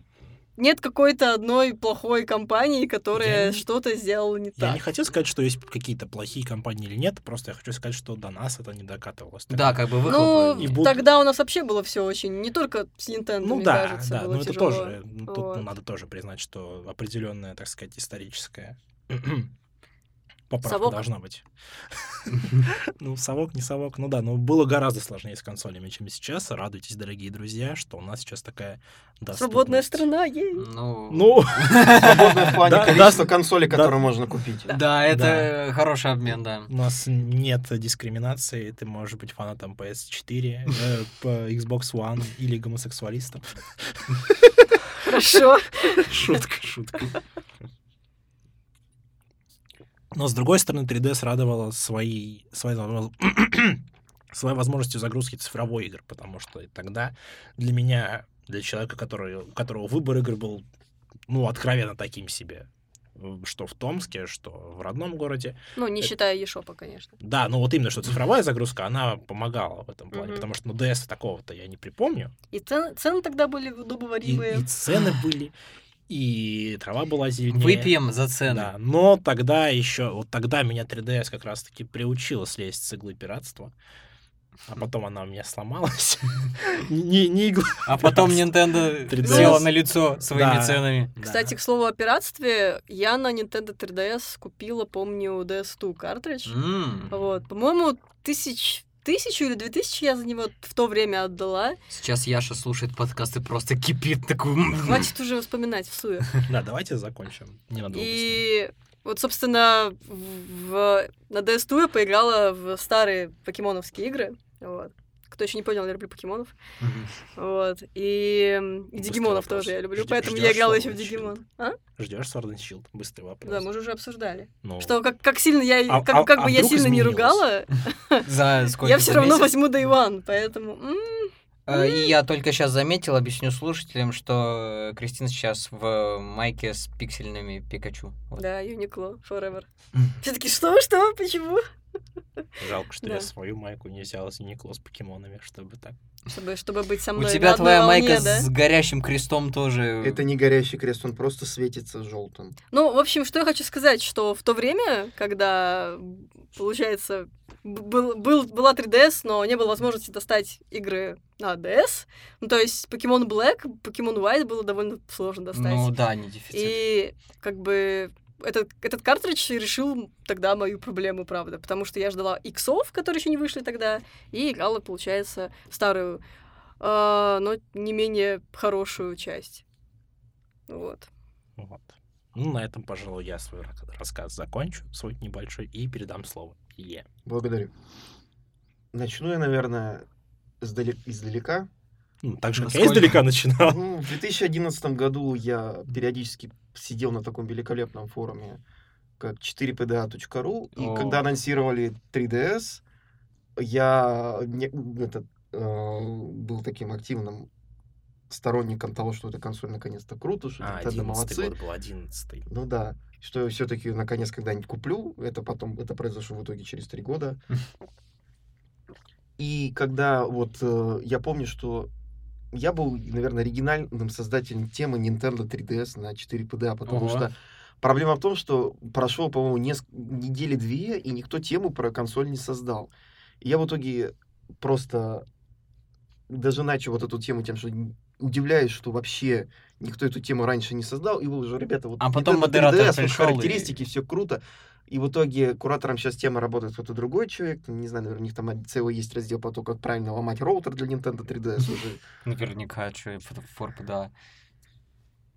нет какой-то одной плохой компании, которая Я не- что-то сделала не Я так. не хотел сказать, что есть какие-то плохие компании или нет, просто я хочу сказать, что до нас это не докатывалось. Да, как бы Ну, выхлопы. И будут. тогда у нас вообще было все очень, не только с Nintendo, Ну мне да, кажется, да, было но это тяжело. тоже, ну, тут Вот. надо тоже признать, что определенная, так сказать, историческая поправка Совок. должна быть. Ну, совок, не совок, ну да, но было гораздо сложнее с консолями, чем сейчас. Радуйтесь, дорогие друзья, что у нас сейчас такая Свободная доступность. страна, ей. Ну, Ну, Свободное в плане Да, количества да, консолей, да. которые можно купить. да, это хороший обмен, да. у нас нет дискриминации, ты можешь быть фанатом PS4, э, по Xbox One или гомосексуалистом. Хорошо. Шутка, шутка. Но с другой стороны, 3DS радовала своей, своей, возможно- своей возможностью загрузки цифровой игр, потому что тогда для меня, для человека, который, у которого выбор игр был, ну, откровенно таким себе, в- что в Томске, что в родном городе. Ну, не считая Ешопа, конечно. Да, ну вот именно, что цифровая загрузка, она помогала в этом плане, Мгм. потому что, ну, DS такого-то я не припомню. И цен- цены тогда были И, и удобоваримые. цены были, и трава была зеленее. Выпьем за цены. Да, но тогда еще, вот тогда меня 3DS как раз-таки приучила слезть с иглы пиратства. А потом она у меня сломалась. Не, не игла. А потом Nintendo 3DS. сделала на лицо своими Да. ценами. Кстати, к слову о пиратстве, я на Nintendo 3DS купила, помню, DS2 картридж. М. Вот, по-моему, тысяч... Тысячу или две тысячи я за него в то время отдала. Сейчас Яша слушает подкаст и просто кипит такой. «М, м, Хватит уже вспоминать всую. Да. Да, давайте закончим. Ненадолго. с ним. И вот, собственно, в, в- на DS2 я поиграла в старые покемоновские игры. Вот. Кто еще не понял, я люблю покемонов. Мгм. Вот. И, м, и Быстрый Дигимонов вопрос. тоже я люблю, Ждё- поэтому я ждёшь играла еще в нового Дигимон. А? Ждешь Sword and Shield? Быстрый вопрос. Да, мы же уже обсуждали. Ну, Что как, как сильно я, А- как, а- как а бы я вдруг сильно не изменилось? ругала, За сколько? я За все равно месяц? возьму Day One, поэтому... м, Э, И я только сейчас заметил, объясню слушателям, что э, Кристина сейчас в майке с пиксельными Пикачу. Вот. Да, Юникло, Forever. Все таки что, что, почему? Жалко, что Да. я свою майку не взял с Никло с покемонами, чтобы так. Чтобы, чтобы быть со У мной тебя на одной твоя волне, майка да? с горящим крестом тоже. Это не горящий крест, он просто светится желтым. Ну, в общем, что я хочу сказать, что в то время, когда, получается, б- был, был- была 3DS, но не было возможности достать игры на DS, ну, то есть Pokemon Black, Pokemon White было довольно сложно достать. Ну да, не дефицит. И как бы этот, этот картридж решил тогда мою проблему, правда. Потому что я ждала иксов, которые еще не вышли тогда, и играла, получается, в старую, а, но не менее хорошую часть. Вот. Вот. Ну, на этом, пожалуй, я свой рак- рассказ закончу, свой небольшой, и передам слово Е. Благодарю. Начну я, наверное, сдали- издалека. Ну, так же, как я Насколько- издалека начинал. Ну, в 2011 году я периодически сидел на таком великолепном форуме, как 4pda.ru, а и О. когда анонсировали 3DS, я не- этот, э, был таким активным сторонником того, что эта консоль наконец-то круто, что А, Nintendo 11 молодцы. год был, 11 Ну да, что все-таки наконец когда-нибудь куплю. Это потом, это произошло в итоге через три года. И когда вот э, я помню, что я был, наверное, оригинальным создателем темы Nintendo 3DS на 4PDA, а потому Ого. что проблема в том, что прошло, по-моему, неск- недели две, и никто тему про консоль не создал. И я в итоге просто даже начал вот эту тему тем, что удивляюсь, что вообще никто эту тему раньше не создал, и уже, ребята, вот А потом Nintendo модератор 3DS, вот пришёл и- характеристики, все круто. И в итоге куратором сейчас тема работает кто-то другой человек, там, не знаю, наверное, у них там целый есть раздел по тому, как правильно ломать роутер для Nintendo 3DS уже. Наверняка, что форп, да.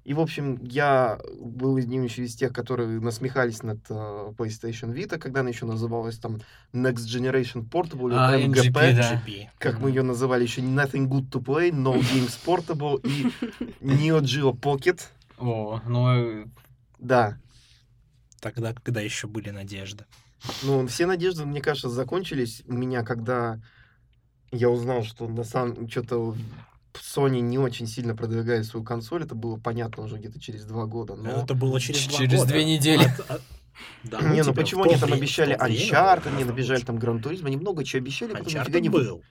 И, в общем, я был одним еще из тех, которые насмехались над э, PlayStation Vita, когда она еще называлась там Next Generation Portable, или А, NGP, NGP, да. GP. как мы ее называли еще Nothing Good to Play, No Games Portable и Neo Geo Pocket. О, ну Да, Тогда, когда еще были надежды. ну все надежды, мне кажется, закончились у меня, когда я узнал, что на самом что-то Sony не очень сильно продвигает свою консоль, это было понятно уже где-то через два года. Но... Это было через два Ну, Через года. А, две недели. От- от- Да, не, у ну тебя почему в то они там время- обещали в то время было Uncharted, они гораздо обещали лучше. там Гран Туризм, они много чего обещали, потом нифига ну, Uncharted не выпустили. был.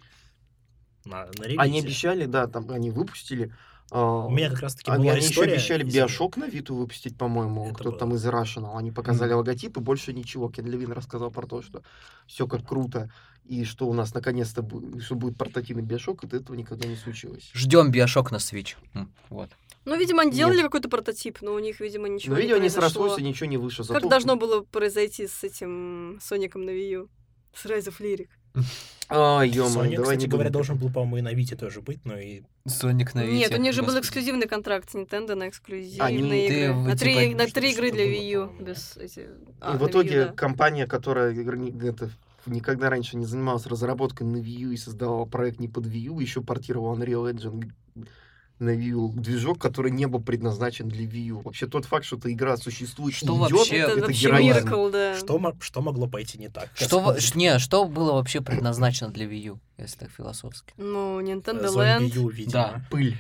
На, на релизе. Они обещали, да, там они выпустили. а, У меня как раз таки они, была они еще история, обещали если- Биошок на Виту выпустить, по-моему, Это кто было. там из Rational. Они показали логотип и больше ничего. Кен Левин рассказал про то, что все как круто, и что у нас наконец-то бу- что будет портативный Биошок, и до этого никогда не случилось. Ждем биошок на Switch. М, Вот. Ну, видимо, они делали Нет. какой-то прототип, но у них, видимо, ничего Но видео не не произошло. срослось, и ничего не вышло. Как должно было произойти с этим Соником на Wii U? С Rise of Lyric. А, ё-моё, Sony, давай кстати не говоря, будем. должен был, по-моему, и на Вите тоже быть, но и Соник на Вите. Нет, у них же был господи. эксклюзивный контракт с Nintendo на Они- эксклюзивные Ты, игры. вы, На три, типа, на три что- игры что для было, Wii U. по-моему. Без эти... И а, в на Wii U, итоге да. компания, которая игр- не- это, никогда раньше не занималась разработкой на Wii U и создавала проект не под Wii U, еще портировала Unreal Engine на Wii U движок, который не был предназначен для Wii U. Вообще тот факт, что эта игра существует Что и идет, вообще- Это, это, вообще героизм. Miracle, да. что, мо- что могло пойти не так? Что, во- Господи. ш- не, что было вообще предназначено для Wii U, если так философски? Ну, Nintendo Зомби Land. Ю, видимо. Пыль.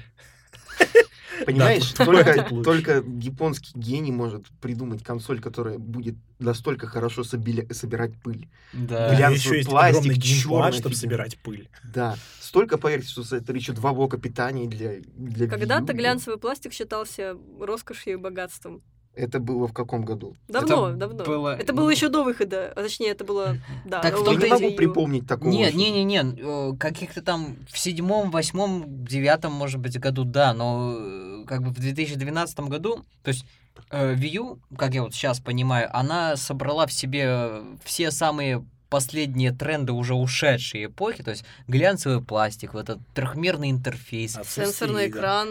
Понимаешь, Да, только, тут лучше. только японский гений может придумать консоль, которая будет настолько хорошо собиля- собирать пыль. Да. Да. Бля, еще есть пластик, огромный чёрная геймпад, чтобы фигня. собирать пыль. Да, столько поверьте, что это еще два блока питания для, для Wii Когда-то U. глянцевый пластик считался роскошью и богатством. Это было в каком году? Давно, Это давно. было- Это ну. было еще до выхода. а, Точнее, это было... Да, Так в до том-то Я и- выхода не Wii могу U. припомнить такого. Нет, что- не, не, не, каких-то там в седьмом, восьмом, девятом, может быть, году, да, но э, как бы в 2012 году, то есть э, Wii U, как я вот сейчас понимаю, она собрала в себе э, все самые последние тренды уже ушедшей эпохи, то есть глянцевый пластик, вот этот трехмерный интерфейс, Отсутствие Сенсорный игр. экран.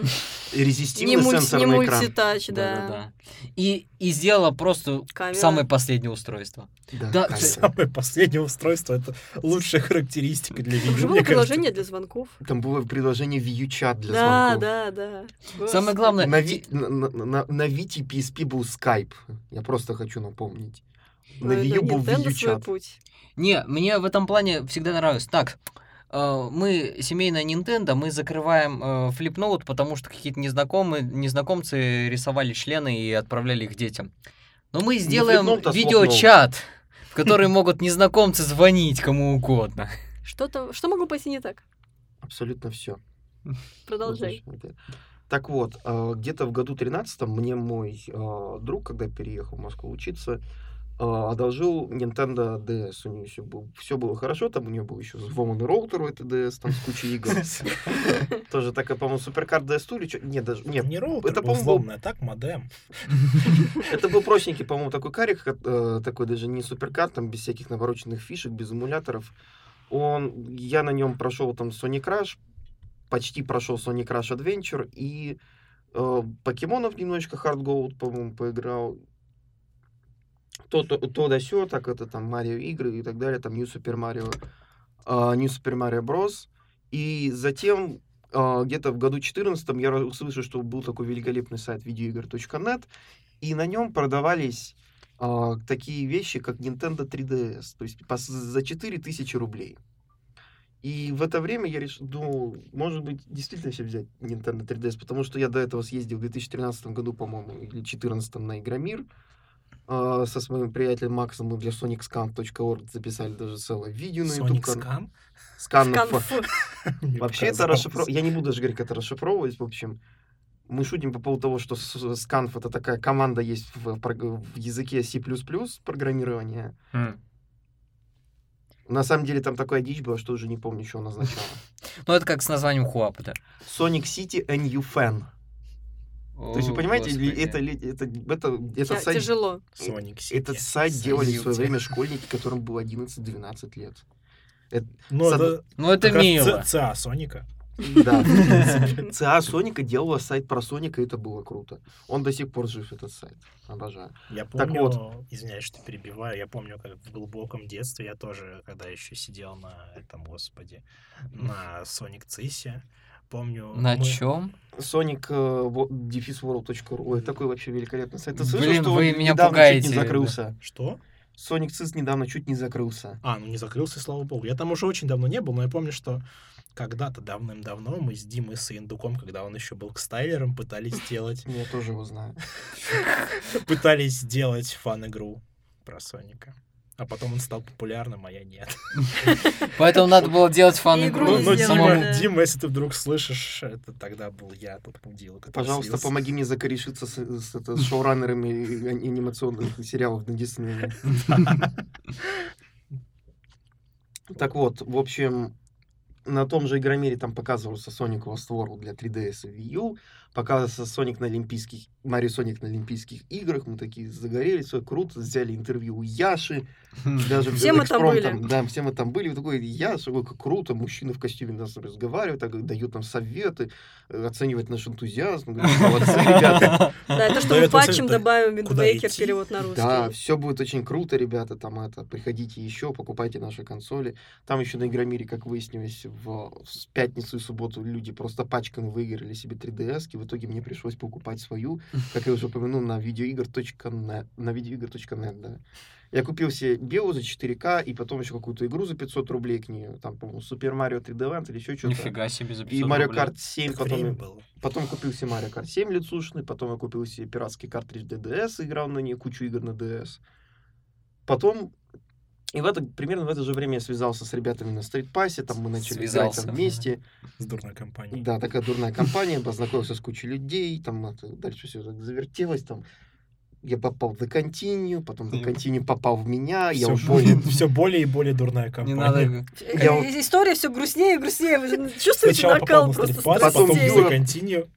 Не, Резистивный мульти- не сенсорный экран. мультитач, да. да-да-да, и, и сделала просто Камера. самое последнее устройство. Да, камера. Самое последнее устройство — это лучшая характеристика для Там Wii же было U, мне кажется. приложение для звонков. Там было приложение View Chat для Да, звонков. да, да. Самое Господи. главное, На, те- Ви- на, на- на- на Вите PSP был Skype. Я просто хочу напомнить. На Ой, Wii да, U был Ну, Nintendo View э, свой Chat. путь. Не, мне в этом плане всегда нравилось. Так, э, мы семейная Nintendo, мы закрываем э, флипноут, потому что какие-то незнакомые, незнакомцы рисовали члены и отправляли их детям. Но мы сделаем флипноут, а видеочат. в которые могут незнакомцы звонить кому угодно. Что-то, что могло пойти не так? Абсолютно все. Продолжай. Возвращаем, да. Так вот, э, где-то в году 13 мне мой э, друг, когда переехал в Москву учиться, э, одолжил Nintendo DS. У нее все было, все было хорошо, там у нее был еще взломанный роутер у этой DS, там с кучей игр. Тоже такая, по-моему, суперкарт DS Tour или что? Нет, даже, нет, Не роутер, это, это, по-моему, по-моему, взломанный, а так модем. это был простенький, по-моему, такой карик, э, такой даже не суперкарт, там без всяких навороченных фишек, без эмуляторов. Он, я на нем прошел там Sonic Rush, почти прошел Sonic Rush Adventure и э, покемонов немножечко Hard Gold, по-моему, поиграл. То, то, то да сё, так это там Марио игры и так далее, там New Super Mario, э, New Super Mario Bros. И затем э, где-то в году 14 я раз- услышал, что был такой великолепный сайт videoigр.net, и на нем продавались а, такие вещи, как Nintendo 3DS, то есть по с- за 4000 рублей. И в это время я решил, думал, может быть, действительно все взять Nintendo 3DS, потому что я до этого съездил в 2013 году, по-моему, или 2014 на Игромир а, со своим приятелем Максом, мы для sonicscan.org записали даже целое видео на YouTube. Sonic Scam. Скан В на фо- конфу. Вообще это расшифров... Я не буду даже говорить, как это расшифровывать, в общем. Мы шутим по поводу того, что с- сканф — это такая команда есть в, прог- в языке C++ программирования. На самом деле там такая дичь была, что уже не помню, что она означала. Ну, это как с названием Хуапота. Sonic City and you fan. То есть вы понимаете, ли- это, ли- это, это, Тя- этот сайт, Тяжело. Sonic City. этот сайт делали в свое Союз. время школьники, которым было 11-12 лет. Ну, с это Ну, это как раз мило. Ц- ЦА Соника. Да, в принципе. ЦА А Соника делала сайт про Соника, и это было круто. Он до сих пор жив, этот сайт. Обожаю. Я Так помню, извиняюсь, что перебиваю, я помню, как в глубоком детстве я тоже, когда еще сидел на этом, господи, на Sonic Цисе, помню... На мы- чем? Sonic э, во- дефис world.ru. Ой, такой вообще великолепный сайт. Ты слышал, Блин, что вы он меня недавно пугаете, чуть не да. закрылся? Что? Sonic CIS недавно чуть не закрылся. А, ну не закрылся, слава богу. Я там уже очень давно не был, но я помню, что когда-то давным-давно мы с Димой Саиндуком, когда он еще был к стайлером, пытались сделать, Я тоже его знаю. пытались сделать фан-игру про Соника. А потом он стал популярным, а я нет. Поэтому надо было делать фан-игру. Игру Ну, не ну, сделали, Дима, самому. да. Дима, если ты вдруг слышишь, это тогда был я, тот мудила, который Пожалуйста, слился. помоги мне закорешиться с, с это- с шоураннерами и- и анимационных сериалов на Дисней. Так вот, в общем, на том же Игромире там показывался Sonic Lost World для 3DS и Wii U, показывался Sonic на Олимпийских, Марио Соник на Олимпийских играх, мы такие загорелись, все круто, взяли интервью у Яши, даже в Все мы там Экспром были. да, все мы там были, вот такой Яша, ой, как круто, мужчины в костюме нас разговаривают, так, дают нам советы, э, оценивают наш энтузиазм, Мы говорим, молодцы, ребята, Да, это Да, что мы это патчем абсолютно- добавим Куда Виндвейкер, идти? перевод на русский. да, все будет очень круто, ребята, там это, приходите еще, покупайте наши консоли. Там еще на Игромире, как выяснилось, в, в пятницу и субботу люди просто пачками выиграли себе 3DS, -ки. в итоге мне пришлось покупать свою, как я уже упомянул, на videoigr.net, на videoigr.net, да. Я купил себе Белу за 4К и потом еще какую-то игру за 500 рублей к ней, там, по-моему, Супер Марио 3D Land или еще что-то. Нифига себе за И 500 Марио рублей. Карт 7 Так потом... время я- было. Потом купил себе Mario Kart 7 лицушный, потом я купил себе пиратский картридж DDS, играл на ней кучу игр на DS. Потом, и в это, примерно в это же время я связался с ребятами на стритпассе, там мы начали Связался, играть да. там вместе. С дурной компанией. Да, такая дурная компания, познакомился с кучей людей, там это, дальше все так завертелось, там я попал в The Continue, потом The Continue попал в меня, я Все, ушел. более, все более и более дурная Не компания. надо... Э, Я вот- э, История все грустнее и грустнее. Вы же чувствуете Сначала накал попал на просто стрипас, потом в страстей. страстей? Юра. Континью,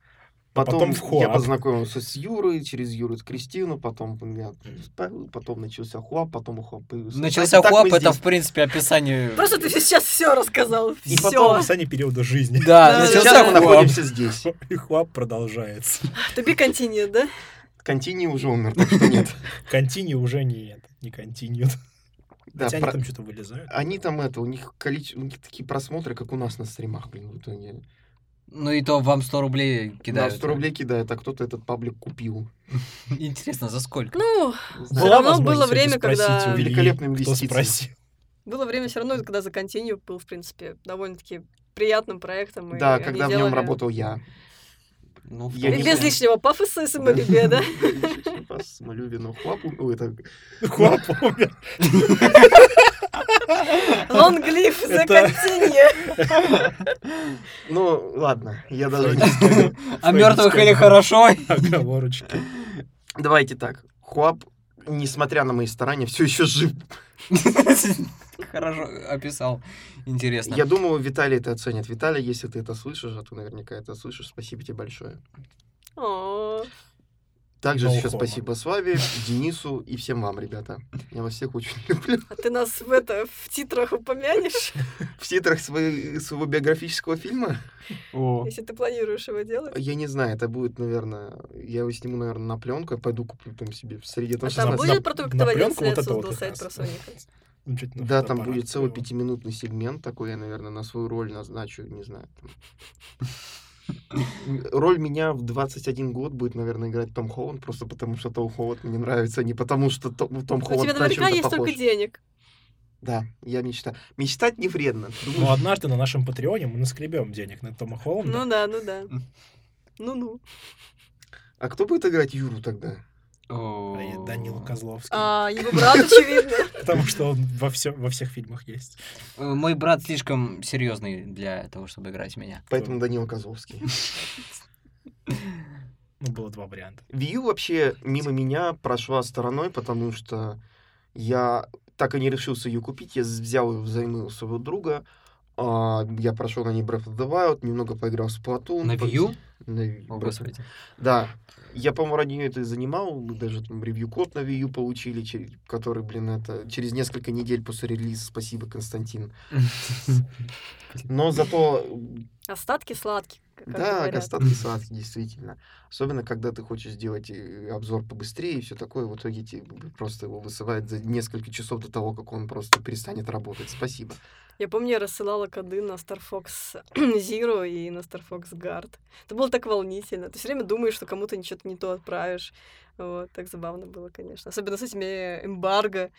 Потом, потом в Хуап. я познакомился с Юрой, через Юру с Кристину, потом у меня Павел, потом начался Хуап, потом у Хуап появился Начался Так мы хуап, это, здесь. в принципе, описание... Просто ты сейчас все рассказал. и Все. потом описание периода жизни. Да, Да, начался Сейчас мы хуап. находимся здесь. И Хуап продолжается. Тоби континент, да? Контини уже умер, так что нет. Континью уже нет, не континью. Да, Хотя про- они там что-то вылезают. Они там это, у них количество, у них такие просмотры, как у нас на стримах, блин, в итоге. Ну и то вам 100 рублей Да, кидают. 100 рублей кидают, а кто-то этот паблик купил. Интересно, за сколько? Ну, Не знаю. Всё равно возможность было это время, спросить когда- у Ильи, Великолепные кто инвестиции. спросил. было время все равно, когда за континью был, в принципе, довольно-таки приятным проектом. и Да, они когда в делали- нем работал я. Ну, в Я том Без знаю. числе. лишнего пафоса и самолюбия, да? раз смолю вино в хлапу. Ой, это... Хуа помер. Лонглиф, Это- законтинье. Ну, ладно, я даже не вспомню. А мертвых или хорошо? Оговорочки. Давайте так. Хуап, несмотря на мои старания, все еще жив. Хорошо описал. Интересно. Я думаю, Виталий это оценит. Виталий, если ты это слышишь, а ты наверняка это слышишь, спасибо тебе большое. О, Также No еще homo. спасибо Славе, Денису и всем вам, ребята. Я вас всех очень люблю. А ты нас в это в титрах упомянешь, В титрах свои- своего биографического фильма? О, если ты планируешь его делать. Я не знаю, это будет, наверное... Я его сниму, наверное, на пленку. Я пойду куплю там себе в среде... А там там на- сейчас- будет про то, как ты на в 11 пленку лет вот это создал вот сайт как про раз. Ну, Соника? замечательно. Да, там будет Фотоаппарат. целый пятиминутный сегмент такой, я, наверное, на свою роль назначу, не знаю. там. М, Роль меня в 21 год будет, наверное, играть Том Холланд, просто потому что Том Холланд мне нравится, а не потому что Том, Том У Холланд тебя на наверняка чем-то есть а похож. только денег. Да, я мечтаю. Мечтать не вредно. Ты Но думаешь, Ну, однажды на нашем Патреоне мы наскребем денег на Тома Холланда. Ну да, ну да. Ну-ну. А кто будет играть Юру тогда? а и Данила Козловский. Ну, А, его брат, очевидно. Потому что он во, всё- во всех фильмах есть. Э, Мой брат слишком серьезный для того, чтобы играть меня. Поэтому Данил Козловский. Ну, было два варианта. Вью вообще мимо меня прошла стороной, потому что я так и не решился ее купить. Я взял ее взаймы у своего друга. А, я прошел на ней Breath of the Wild, немного поиграл с Плату. На Вью? На Wii, О, Breath of- господи. Да. Я, по-моему, ради нее это и занимал. Мы даже там ревью-код на Вью получили, чер- который, блин, это через несколько недель после релиза. Спасибо, Константин. Но зато Остатки сладкие. как да, говорят. остатки сладкие, действительно. Особенно, когда ты хочешь сделать э, обзор побыстрее и все такое, в итоге тебе просто его высылают за несколько часов до того, как он просто перестанет работать. Спасибо. Я помню, я рассылала коды на Star Fox Zero и на Star Fox Guard. Это было так волнительно. Ты все время думаешь, что кому-то ничего не то отправишь. Вот, так забавно было, конечно. Особенно с этими эмбарго,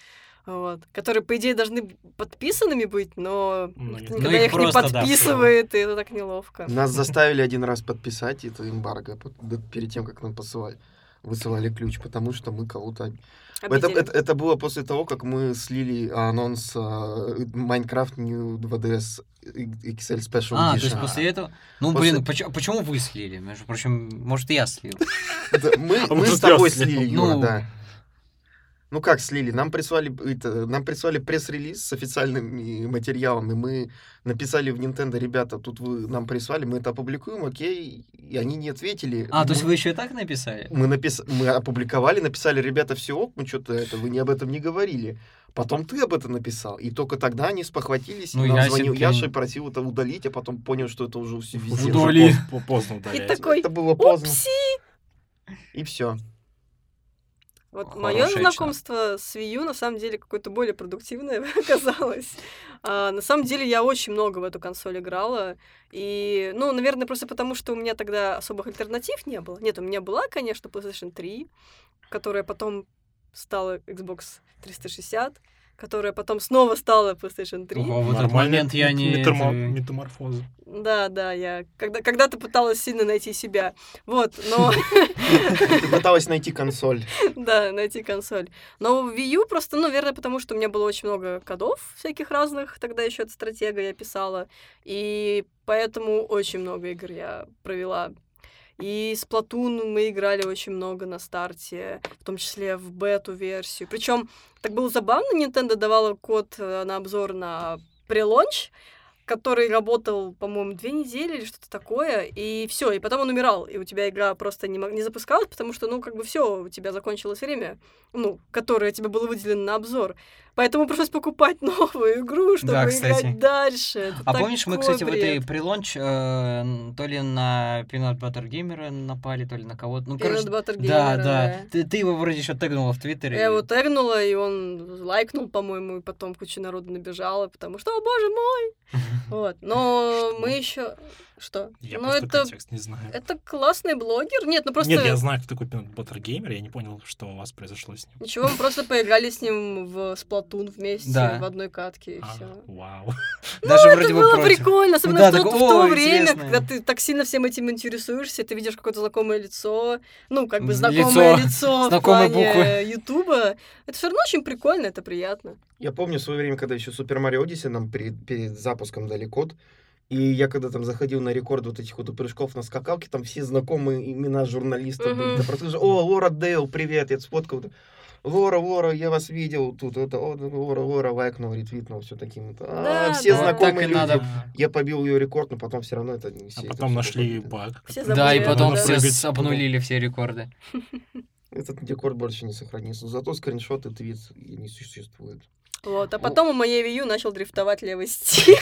вот, которые, по идее, должны б- подписанными быть, но Ну, никто нет. никогда Ну, их их, не просто, да, подписывает, и это так неловко. Нас заставили один раз подписать это эмбарго по- до- перед тем, как нам посылали высылали ключ, потому что мы кого-то... Это, Обидели. это, это было после того, как мы слили анонс э, Minecraft New 2DS XL Special А, то Edition. есть после этого... Ну, После- блин, поч- почему вы слили? Между прочим, может, и я слил. Да, Мы, А мы может, с тобой слили. слили, Юра, Ну. да. Ну как слили? Нам прислали, это, нам прислали пресс-релиз с официальным и материалом, и мы написали в Nintendo, ребята, тут вы нам прислали, мы это опубликуем, окей, и они не ответили. А, то есть Мы- вы еще и так написали? мы, напис... мы опубликовали, написали, ребята, все ок, мы что-то это, вы не об этом не говорили. Потом ты об этом написал, и только тогда они спохватились, Ну, и нам ясен звонил хрен. Яша и просил это удалить, а потом понял, что это уже все везде. Удали. Уже Типа поз- Поздно И удалять. такой, Это было поздно, упси! и все. Вот Хорошая мое тема. знакомство с Wii U на самом деле какое-то более продуктивное оказалось. А, на самом деле я очень много в эту консоль играла. И, ну, наверное, просто потому, что у меня тогда особых альтернатив не было. Нет, у меня была, конечно, PlayStation 3, которая потом стала Xbox 360, которая потом снова стала PlayStation 3. Ого, вот этот Нормальный момент я не... метамо- это- Метаморфоза. Да, да, я когда- когда-то пыталась сильно найти себя. Вот, но... Ты пыталась найти консоль. Да, найти консоль. Но в Wii U просто, ну, верно, потому что у меня было очень много кодов всяких разных. Тогда еще от стратега я писала. И поэтому очень много игр я провела. И с Платун мы играли очень много на старте, в том числе в бету-версию. Причем так было забавно, Nintendo давала код э, на обзор на прелонч, который работал, по-моему, две недели или что-то такое, и все, и потом он умирал, и у тебя игра просто не, мог- не запускалась, потому что, ну, как бы все, у тебя закончилось время, ну, которое тебе было выделено на обзор. Поэтому пришлось покупать новую игру, чтобы Да, кстати. играть дальше. Это А помнишь, мы, такой кстати, в бред. этой прелонч э, н- то ли на Peanut Butter Gamer напали, то ли на кого-то. Ну, короче, Peanut Butter да, Gamer, да. Ты, ты его вроде еще тегнула в Твиттере. Я его тегнула, и он лайкнул, по-моему, и потом куча народу набежала, потому что, о боже мой! Вот. Но мы еще... Что? Я ну, просто это... контекст не знаю. Это классный блогер. Нет, ну просто... Нет, я знаю, кто такой Butter Gamer, я не понял, что у вас произошло с ним. Ничего, мы просто поиграли с ним в Сплатун вместе, Да. в одной катке, и А, все. вау. Даже ну, Это вроде бы было против. прикольно, особенно да, в, то, такой, в то «О, время, интересно». когда ты так сильно всем этим интересуешься, ты видишь какое-то знакомое лицо, ну, как бы Лицо. знакомое лицо, в Знакомые плане Ютуба. Это все равно очень прикольно, это приятно. Я помню в свое время, когда еще Супер Марио Odyssey нам перед, перед запуском дали код, и я когда там заходил на рекорд вот этих вот прыжков на скакалке, там все знакомые имена журналистов Мгм. были. Ты просто говоришь, о, Лора Дейл, привет, я сфоткал. это. Лора, Лора, я вас видел тут, это, о, да, Лора, Лора, лайкнул, ретвитнул, все таким. вот. А, Да, все да. Вот так знакомые и люди. надо. А Я побил ее рекорд, но потом все равно это не все. это потом всё нашли работает. баг. Все который- Да, и Забавно, потом да. все прыгать. с- обнулили все рекорды. Этот рекорд больше не сохранится. Зато скриншоты, твит и не существует. Вот. А Ну. потом у моей Wii U начал дрифтовать левый стик.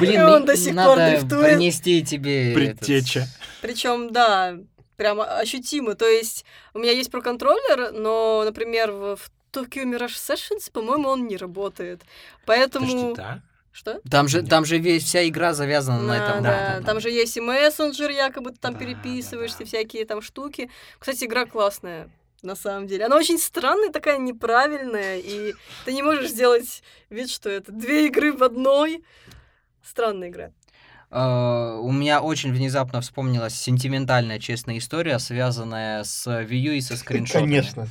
Блин, И А он мне до сих пор надо дрифтует. принести тебе... этот- Предтеча. Причем, да, прямо ощутимо. То есть у меня есть проконтроллер, но, например, в, в Tokyo Mirage Sessions, по-моему, он не работает. Поэтому... Подожди, Ну, да? Что? Там же, там же весь, вся игра завязана на Да, этом. да, там же есть и мессенджер, якобы ты там Да, да, переписываешься, да. всякие там штуки. Кстати, игра классная, на самом деле. Она очень странная, такая неправильная, и ты не можешь сделать вид, что это две игры в одной. Странная игра. Э, У меня очень внезапно вспомнилась сентиментальная, честная история, связанная с Wii U и со скриншотами. Конечно.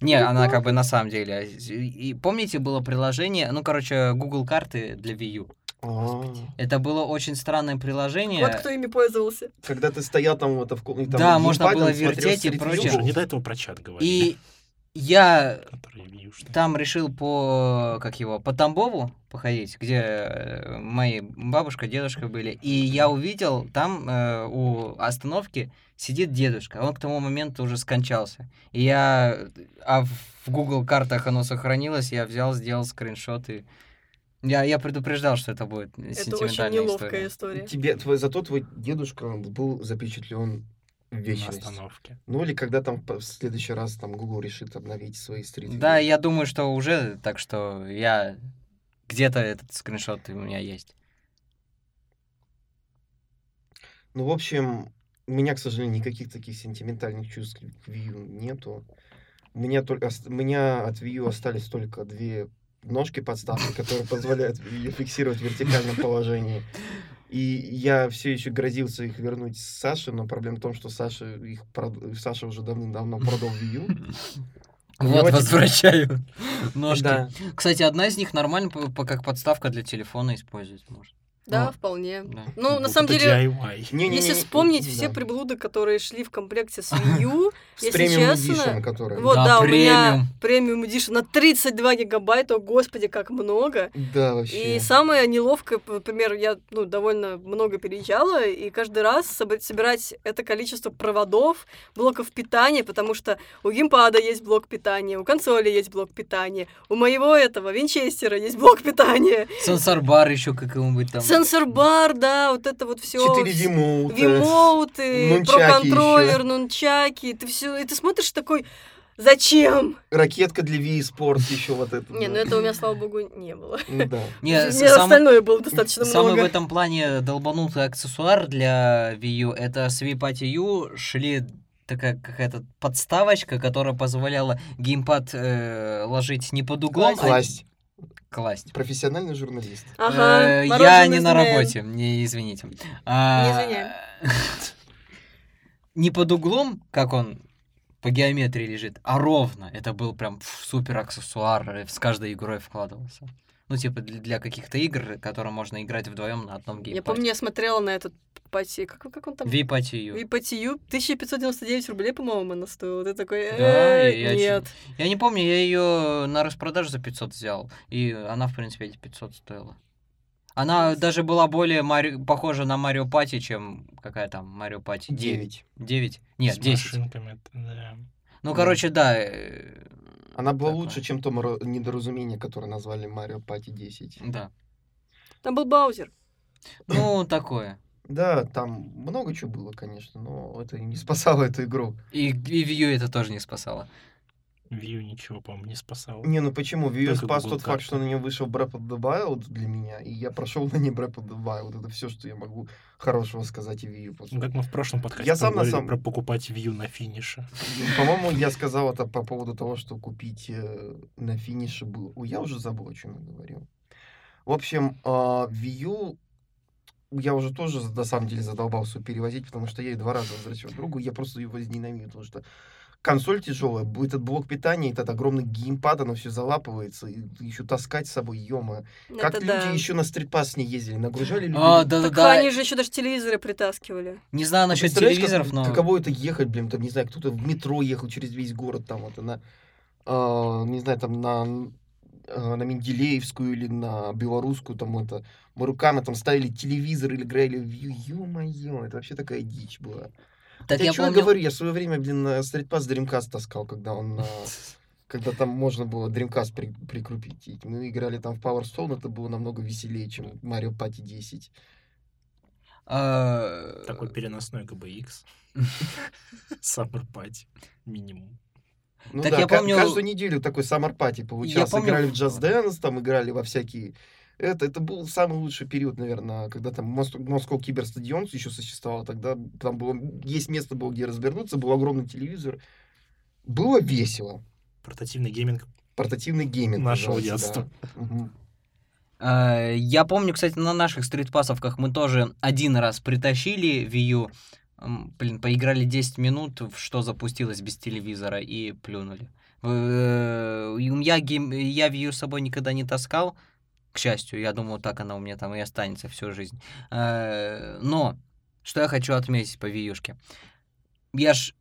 Не, она как бы на самом деле. а, И помните, было приложение, ну, короче, Google карты для Wii U. А. Это было очень странное приложение. Вот кто ими пользовался. Когда ты стоял там, вот, а в комнате, там, Да, геймпадом можно было смотрел вертеть и среди прочее. Слушай, югов. не до этого про чат говорили. И я Который вьюшный. там решил по, как его, по Тамбову походить, где э, мои бабушка, дедушка были. И я увидел, там э, у остановки сидит дедушка. Он к тому моменту уже скончался. И я, а в Google картах оно сохранилось, я взял, сделал скриншот и... Я, я предупреждал, что это будет Это очень сентиментальная неловкая история. история. Тебе, твой, зато твой дедушка был запечатлен в На вечность. остановке. Ну или когда там по- в следующий раз там Google решит обновить свои стрит. Да, я думаю, что уже, так что я... Где-то этот скриншот у меня есть. Ну, в общем, у меня, к сожалению, никаких таких сентиментальных чувств к Wii U нету. У меня, только, ост- у меня от Wii U остались только две ножки подставки, которые позволяют ее фиксировать в вертикальном положении. И я все еще грозился их вернуть Саше, но проблема в том, что Саша, их прод- Саша уже давным-давно продал Wii U. Вот, очень- возвращаю ножки. Да. Кстати, одна из них нормально по- по- как подставка для телефона использовать может. Да, Ну, вполне. да. Ну, на Вот самом это деле, DIY. Не-не-не-не, если вспомнить да. все приблуды, которые шли в комплекте с Wii U, С если премиум честно, edition, которые. вот, Да, да, у меня премиум Edition на 32 гигабайта, о господи, как много. Да, вообще. И самое неловкое, п- например, я ну, довольно много переезжала, и каждый раз собра- собирать это количество проводов, блоков питания, потому что у геймпада есть блок питания, у консоли есть блок питания, у моего этого винчестера есть блок питания, Сенсор-бар еще какой-нибудь там. сенсор-бар, да, вот это вот все. 4 вимоута. Вимоуты, нунчаки проконтроллер, нунчаки, ты все, и ты смотришь такой, зачем? Ракетка для Wii Sports еще вот это. Не, ну да. это у меня, слава богу, не было. Ну да. Не, У с- меня сам- остальное было достаточно Самый в много. этом плане долбанутый аксессуар для Wii U это с Wii Pad U шли такая какая-то подставочка, которая позволяла геймпад э, ложить не под углом, а Класть. класть. Профессиональный журналист. Ага, Э, я мороженое не на знаем. работе, не извините. А, Не извиняем. Не под углом, как он по геометрии лежит, а ровно. Это был прям ф- супер аксессуар, э, с каждой игрой вкладывался. Ну, типа для, для каких-то игр, которые можно играть вдвоем на одном геймпаде. Я помню, я смотрела на этот пати... Как, как он там? Випатию. Випатию. 1599 рублей, по-моему, она стоила. Ты такой, Да, «Э, и я нет. Я не помню, я ее на распродаже за 500 взял, и она, в принципе, эти 500 стоила. Она даже была более Мари- похожа на Марио Пати, чем какая там Марио Пати? Девять. 9? Девять. Нет, С 10. машинками. да. Ну, Да. короче, да. э, Она была такое. лучше, чем то моро- недоразумение, которое назвали Марио Пати 10. Да. Там был Баузер. Ну, такое. Да, там много чего было, конечно, но это и не спасало эту игру. И, и Wii U это тоже не спасало. Мгм. Вью ничего, по-моему, не спасало. Не, ну почему? Вью Только спас Google тот факт, карты. что на нем вышел Breath of the Wild для меня, и я прошел на ней Breath of the Wild. Это все, что я могу хорошего сказать о Вью. Ну, как мы в прошлом подкасте Я сам на говорили самом- про покупать вью на финише. По-моему, я сказал это по поводу того, что купить э, на финише было. Ой, я уже забыл, о чем я говорил. В общем, а, Wii U я уже тоже, на самом деле, задолбался её перевозить, потому что я ее два раза возвращал другу, я просто ее возненавидел, потому что консоль тяжелая, будет этот блок питания, этот огромный геймпад, оно все залапывается, и еще таскать с собой, ё Как Ну, Это люди да. еще на стритпас не ездили, нагружали людей. А, Так да-да-да. они же еще даже телевизоры притаскивали. Не знаю Ты насчет Ну, представляешь, как- телевизоров, но... Каково это ехать, блин, там, не знаю, кто-то в метро ехал через весь город, там, вот, на, а, не знаю, там, на, а, на Менделеевскую или на Белорусскую, там, это, мы руками там ставили телевизор или играли в Ю- ё-моё, это вообще такая дичь была. Так я я чё помню- говорю, я в свое время, блин, на стритпас Dreamcast таскал, когда он на- Когда там можно было Dreamcast при- прикрутить. И Мы играли там в Power Stone, это было намного веселее, чем Mario Party 10. а, Такой переносной ГБХ. Summer Party. Минимум. Ну Так да, я ка- помню- каждую неделю такой summer party получался. помню- Играли в Just Dance, там играли во всякие... Это, это был самый лучший период, наверное, когда там Мос- Moscow Киберстадион еще существовал. Тогда там было... Есть место было, где развернуться, был огромный телевизор. Было весело. Портативный гейминг Портативный гейминг. нашего назывался, да. детства. Мгм. а, я помню, кстати, на наших стритпасовках мы тоже один раз притащили Вию. Блин, поиграли 10 минут, в что запустилось без телевизора, и плюнули. Э, и у меня гейм- Я Вию с собой никогда не таскал. К счастью, я думаю, так она у меня там и останется всю жизнь. Э, Но, что я хочу отметить по Виюшке. Я ж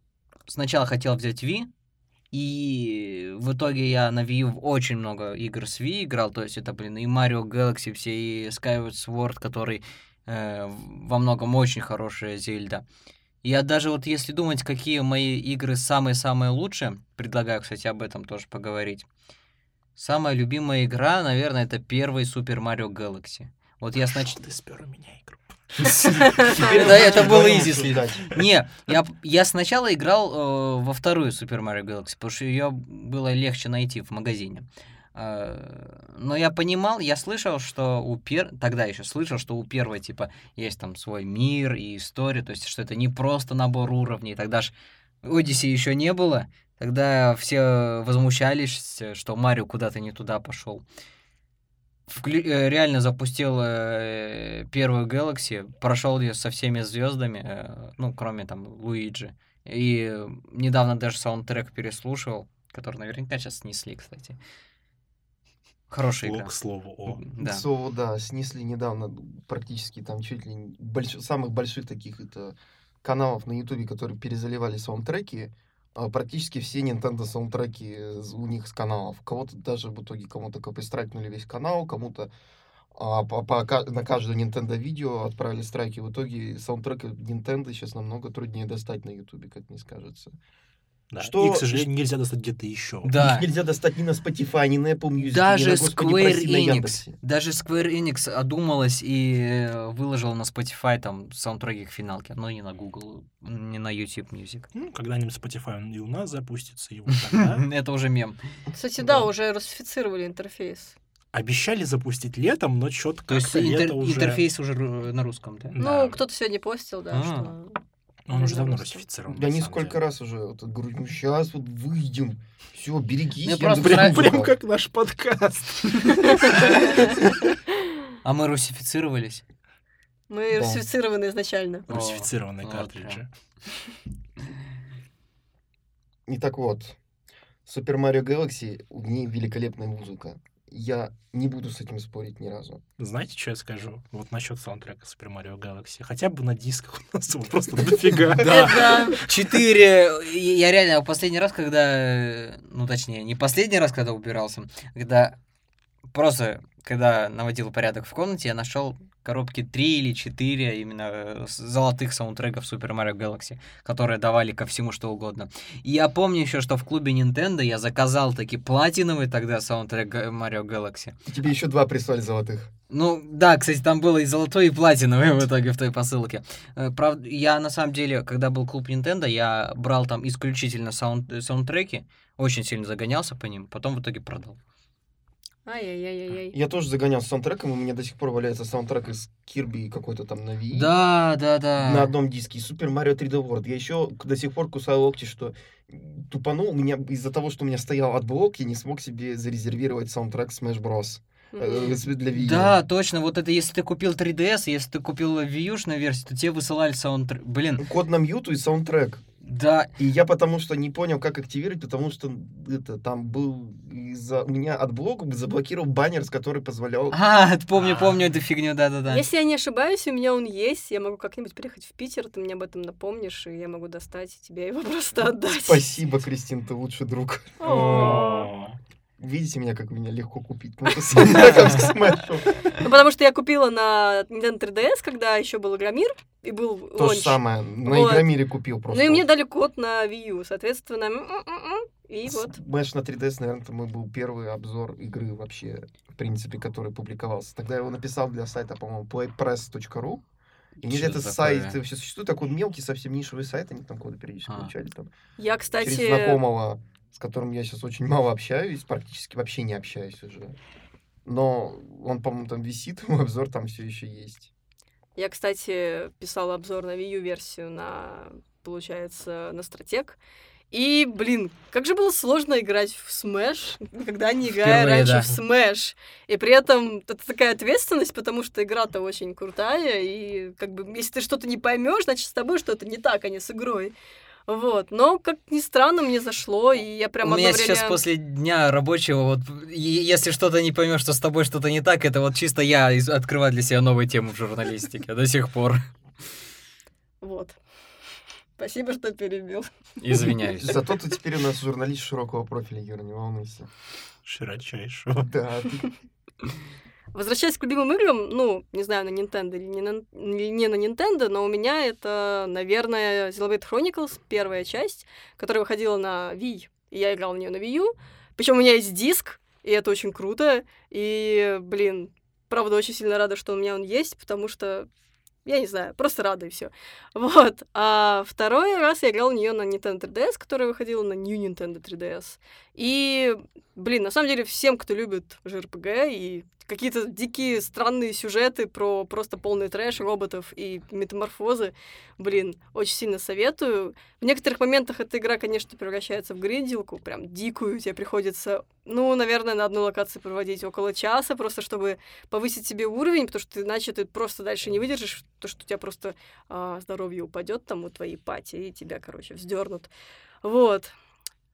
сначала хотел взять Ви, и в итоге я на Wii U в очень много игр с Wii играл, то есть это, блин, и Mario Galaxy все, и Skyward Sword, который э, в- во многом очень хорошая Зельда. Я даже вот если думать, какие мои игры самые-самые лучшие, предлагаю, кстати, об этом тоже поговорить. Самая любимая игра, наверное, это первый Super Mario Galaxy. Вот я, Пошёл значит, Ты спер у меня игру. А, Теперь Да, мы это будем было вдвоём easy обсуждать. Не, я, я сначала играл э, во вторую Super Mario Galaxy, потому что ее было легче найти в магазине. Э, но я понимал, я слышал, что у пер... Тогда еще слышал, что у первой, типа, есть там свой мир и история, то есть, что это не просто набор уровней. Тогда ж Odyssey еще не было. Тогда все возмущались, что Марио куда-то не туда пошел. Вклю- э, реально запустил э, первую Galaxy, прошел ее со всеми звездами, э, ну, кроме там Луиджи. И э, недавно даже саундтрек переслушивал, который наверняка сейчас снесли, кстати. Хорошая О, игра. К слову, о. Да. Соло, да, снесли недавно практически там чуть ли не больш- самых больших таких это каналов на Ютубе, которые перезаливали саундтреки. а, Практически все Nintendo саундтреки э, з- у них с каналов. Кого-то даже в итоге кому-то копы страйкнули весь канал, кому-то а, по- по ка- на каждое Nintendo видео отправили страйки. В итоге саундтреки Nintendo сейчас намного труднее достать на Ютубе, как мне скажется. Да. Что- И, к сожалению, нельзя достать где-то еще. Да. Их нельзя достать ни на Spotify, ни на Apple Music, ни на, Даже господи, Square прости, на Яндексе. Enix, даже Square Enix одумалась и э, выложила на Spotify там саундтреки к финалке, но не на Google, не на YouTube Music. Ну, когда-нибудь Spotify и у нас запустится, и вот тогда. Это уже мем. Кстати, да, Да. уже русифицировали интерфейс. Обещали запустить летом, но четко То есть интер- интерфейс уже ру- на русском, да? Да. Ну, кто-то сегодня постил, да, А. что... Ну, Он уже давно Пожалуйста. русифицирован. Да на не самом сколько деле. раз уже вот, говорю, ну сейчас вот выйдем, все, берегись. Мне я просто буду нравится- Прям, покупать». прям как наш подкаст. А мы русифицировались. Мы Да. русифицированы изначально. О, Русифицированные вот картриджи. И так вот, Super Mario Galaxy, у ней великолепная музыка. Я не буду с этим спорить ни разу. Знаете, что я скажу? Вот насчет саундтрека Super Mario Galaxy. Хотя бы на дисках у нас его просто дофига. Э, Да. Четыре. И Я реально последний раз, когда... э, Ну, точнее, не последний раз, когда убирался, когда... Просто, когда наводил порядок в комнате, я нашел коробки 3 или 4 именно э, с- золотых саундтреков Super Mario Galaxy, которые давали ко всему что угодно. И я помню еще, что в клубе Nintendo я заказал таки платиновый тогда саундтрек Г- Mario Galaxy. И Тебе еще два прислали золотых. Ну, да, кстати, там было и золотой, и платиновый в итоге в той посылке. Э, Правда, я на самом деле, когда был клуб Nintendo, я брал там исключительно саунд- саундтреки, очень сильно загонялся по ним, потом в итоге продал. Ай-яй-яй-яй-яй. Я тоже загонял с саундтреком, и у меня до сих пор валяется саундтрек из Кирби и какой-то там на Wii. Да, да, да. На одном диске. Супер Марио 3D World. Я еще до сих пор кусаю локти, что тупанул. У меня из-за того, что у меня стоял отблок, я не смог себе зарезервировать саундтрек Smash Bros. э, Мгм. для Wii. Да, точно, вот это если ты купил 3DS, если ты купил Wii U-шную версию, то тебе высылали саундтрек. Блин, Код на мьюту и саундтрек. да, И я потому что не понял, как активировать, потому что это там был из-за у меня от блога заблокировал баннер, с который позволял. а, помню, А. помню эту фигню, да-да-да. Если я не ошибаюсь, у меня он есть. Я могу как-нибудь приехать в Питер, ты мне об этом напомнишь, и я могу достать и тебе его просто отдать. Спасибо, Кристин, ты лучший друг. О. Видите меня, как меня легко купить? Ну, это саундтреком к Смэшу. Ну, потому что я купила на Nintendo 3DS, когда еще был Игромир, и был То же лонч. самое. На Вот. Игромире купил Ну просто. и мне дали код на Wii U, соответственно, м-м-м-м, и вот. Мэш на 3DS, наверное, мой был первый обзор игры вообще, в принципе, который публиковался. Тогда я его написал для сайта, по-моему, playpress.ru. И нет, Чё это за сайт такое? вообще существует, такой мелкий, совсем нишевый сайт, они там куда-то периодически А. получали там. Я, через кстати, знакомого, с которым я сейчас очень мало общаюсь, практически вообще не общаюсь уже. Но он, по-моему, там висит, мой обзор там все еще есть. я, кстати, писала обзор на Wii U версию на, получается, на стратег. И, блин, как же было сложно играть в Smash, никогда не играя Впервые, раньше да. в Smash. И при этом это такая ответственность, потому что игра-то очень крутая, и как бы если ты что-то не поймешь, значит с тобой что-то не так, а не с игрой. Вот, но как ни странно, мне зашло, и я прям У меня одно сейчас время- после дня рабочего, вот, е- если что-то не поймешь, что с тобой что-то не так, это вот чисто я из- открываю для себя новые темы в журналистике до сих пор. Вот. Спасибо, что перебил. Извиняюсь. Зато ты теперь у нас журналист широкого профиля, Юра, не волнуйся. Широчайшего. Да, ты- Возвращаясь к любимым играм, ну, не знаю, на Nintendo или не на, или не на Nintendo, но у меня это, наверное, Xenoblade Chronicles, первая часть, которая выходила на Wii. И я играла в нее на Wii U. Причем у меня есть диск, и это очень круто. И, блин, правда, очень сильно рада, что у меня он есть, потому что я не знаю, просто рада и все. Вот. А второй раз я играла в нее на Nintendo 3DS, которая выходила на New Nintendo 3DS. И Блин, на самом деле, всем, кто любит JRPG и какие-то дикие странные сюжеты про просто полный трэш роботов и метаморфозы, блин, очень сильно советую. В некоторых моментах эта игра, конечно, превращается в гринделку, прям дикую, тебе приходится, ну, наверное, на одну локацию проводить около часа, просто чтобы повысить себе уровень, потому что иначе ты просто дальше не выдержишь, то, что у тебя просто а, здоровье упадет там у твоей пати, и тебя, короче, вздернут. Вот.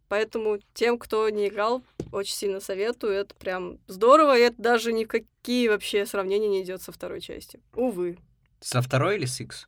Поэтому тем, кто не играл, очень сильно советую. Это прям здорово, и это даже никакие вообще сравнения не идет со второй частью. Увы. Со второй или с X?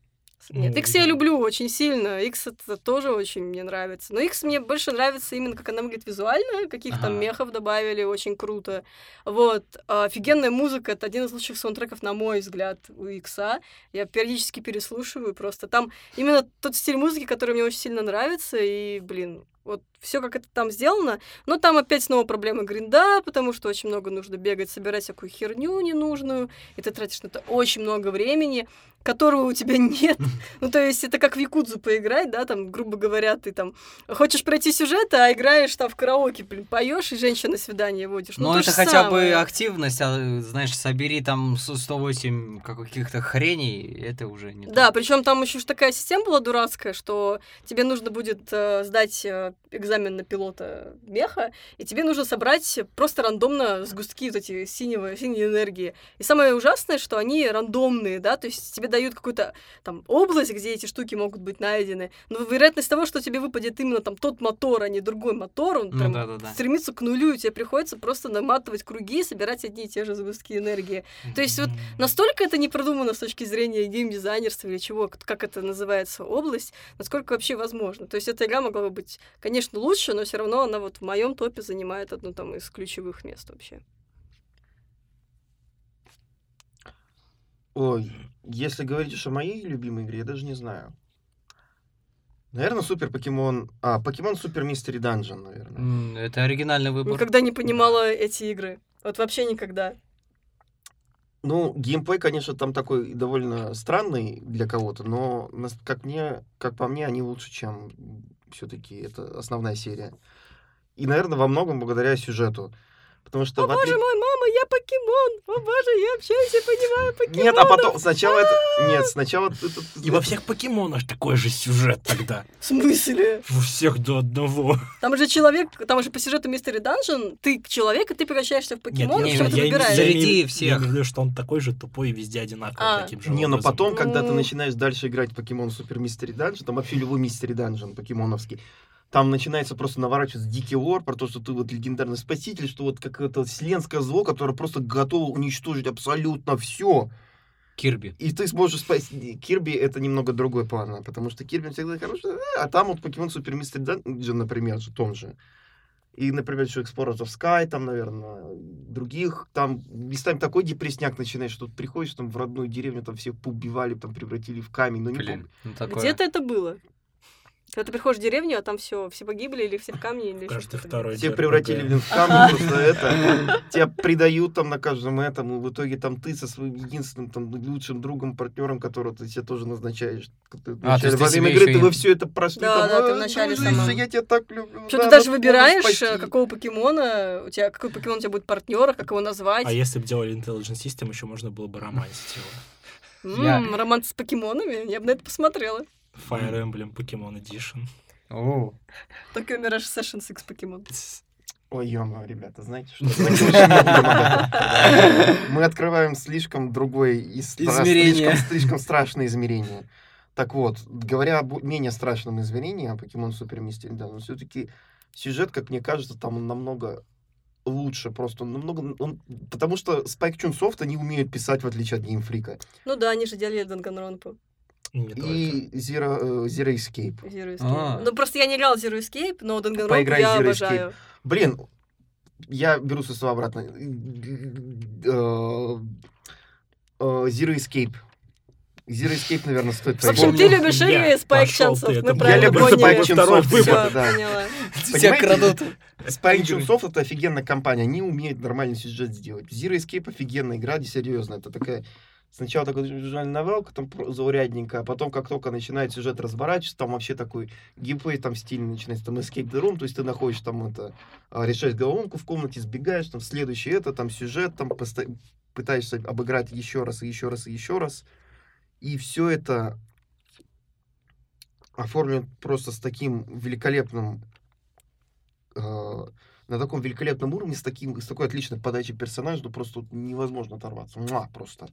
Нет, Ну, X я да. люблю очень сильно. X это тоже очень мне нравится. Но X мне больше нравится именно, как она выглядит визуально. Каких-то Ага. мехов добавили, очень круто. Вот. А, Офигенная музыка. Это один из лучших саундтреков, на мой взгляд, у Икса. Я периодически переслушиваю просто. Там именно тот стиль музыки, который мне очень сильно нравится. И, блин, вот все как это там сделано. Но Ну, там опять снова проблема гринда, потому что очень много нужно бегать, собирать всякую херню ненужную. И ты тратишь на это очень много времени, которого у тебя нет. Ну, то есть это как в Якудзу поиграть, да, там, грубо говоря, ты там хочешь пройти сюжет, а играешь там в караоке, блин, поешь и женщин на свидание водишь. Ну, Ну, то это же хотя бы самое. активность, а, знаешь, собери там с- 108 каких-то хреней, это уже не Да, то. причем там еще ж такая система была дурацкая, что тебе нужно будет э, сдать э, экзамен на пилота меха, и тебе нужно собрать просто рандомно сгустки вот эти синего, синей энергии. И самое ужасное, что они рандомные, да, то есть тебе дают какую-то там область, где эти штуки могут быть найдены, но вероятность того, что тебе выпадет именно там тот мотор, а не другой мотор, он Ну прям да-да-да. стремится к нулю, и тебе приходится просто наматывать круги и собирать одни и те же сгустки энергии. То есть вот настолько это не продумано с точки зрения геймдизайнерства или чего, к- как это называется, область, насколько вообще возможно. То есть эта игра могла бы быть, конечно, лучше, но все равно она вот в моем топе занимает одну там из ключевых мест вообще. Ой, если говорить уж о моей любимой игре, я даже не знаю. Наверное, Супер Покемон... А, Покемон Супер Мистери Данжен, наверное. М, Это Ну, оригинальный выбор. Никогда не понимала эти игры. Вот вообще никогда. Ну, геймплей, конечно, там такой довольно странный для кого-то, но нас- как мне, как по мне, они лучше, чем все-таки это основная серия. И, наверное, во многом благодаря сюжету. Потому что... О в отли- боже мой, мама, я покемон! О боже, я общаюсь и понимаю покемон! Нет, а потом... Сначала это... А! Нет, сначала... это- И во всех покемонах такой же сюжет тогда. В смысле? У всех до одного. Там же человек, там же по сюжету Мистери Данжен, ты человек, и ты превращаешься в покемон, я- причем ты я не- выбираешь. Заряди имею- всех. Я говорю, что он такой же тупой и везде одинаковый А. таким же Не, но образом. потом, когда ты Ну. начинаешь дальше играть в Покемон Супер Мистери Данжен, там вообще любой Мистери Данжен покемоновский, там начинается просто наворачиваться дикий лор про то, что ты вот легендарный спаситель, что вот какое-то вселенское зло, которое просто готово уничтожить абсолютно все. Кирби. И ты сможешь спасти... Кирби — это немного другой план, а, потому что Кирби он всегда хороший, э, а там вот Покемон Супер Мистери Данжен, например, же, том же. И, например, еще Explorers of Sky, там, наверное, других, там, местами такой депресняк начинаешь, что ты приходишь там в родную деревню, там всех поубивали, там превратили в камень, ну не помню. Блин, ну такое. Где-то это было. Когда ты приходишь в деревню, а там все, все погибли, или все в камне, или ещё Каждый что-то. второй. Все DRPG. превратили блин, в камни, просто это. Тебя предают там на каждом этом, и в итоге там ты со своим единственным там лучшим другом, партнером, которого ты себе тоже назначаешь. А, Ты то вначале есть во ты время себе игры ещё ты и- вы все это прошли. Да, там, да, ты «А, вначале дружище, сама. я тебя так люблю. Что да, ну, ты нас даже можно выбираешь, спасти». э, какого покемона, у тебя какой покемон у тебя будет партнер, как его назвать. А если бы делали Intelligent System, еще можно было бы романтить его. М, Роман с покемонами, я бы на это посмотрела. Fire Emblem Pokemon Edition. О. Только Mirage Sessions X покемон. Ой, ё ребята, знаете что? Знаете, очень много помогает. Мы открываем слишком другое и стра- Измерение. Слишком, слишком страшное измерение. Так вот, говоря об менее страшном измерении, о Покемон Супер Мистер, да, но все-таки сюжет, как мне кажется, там он намного лучше, просто он намного... Он, потому что Спайк Чунсофт, они умеют писать, в отличие от Геймфрика. Ну да, они же делали Данганронпу. Не только. И Zero, э, Zero Escape. Zero А. Escape. Ну просто я не играл в Zero Escape, но Данганронпу Поиграй в я Zero обожаю. Блин, я беру со слова обратно. Э, э, Zero Escape. Zero Escape, наверное, стоит В общем, ты Вспомнил. любишь Я. или Спайк Пошёл Чансов, ты, мы это правильно был Я люблю поняли. Спайк Чансов. Чунсофт. Второй Всё, выбор. да. поняла. Тебя Понимаете? крадут. Spike Игры. Chunsoft это офигенная компания, они умеют нормальный сюжет сделать. Zero Escape офигенная игра, не серьезно. Это такая сначала такой журнальная новелка, там про- заурядненькая, а потом, как только начинает сюжет разворачиваться, там вообще такой геймплей там стильный начинается, там Escape the Room, то есть ты находишь там это, а, решаешь головоломку в комнате, сбегаешь, там следующий это, там сюжет, там поста- пытаешься обыграть еще раз и еще раз и еще раз. И все это оформлен просто с таким великолепным э, на таком великолепном уровне, с, таким, с такой отличной подачей персонажа, ну просто вот невозможно оторваться. Муа, просто.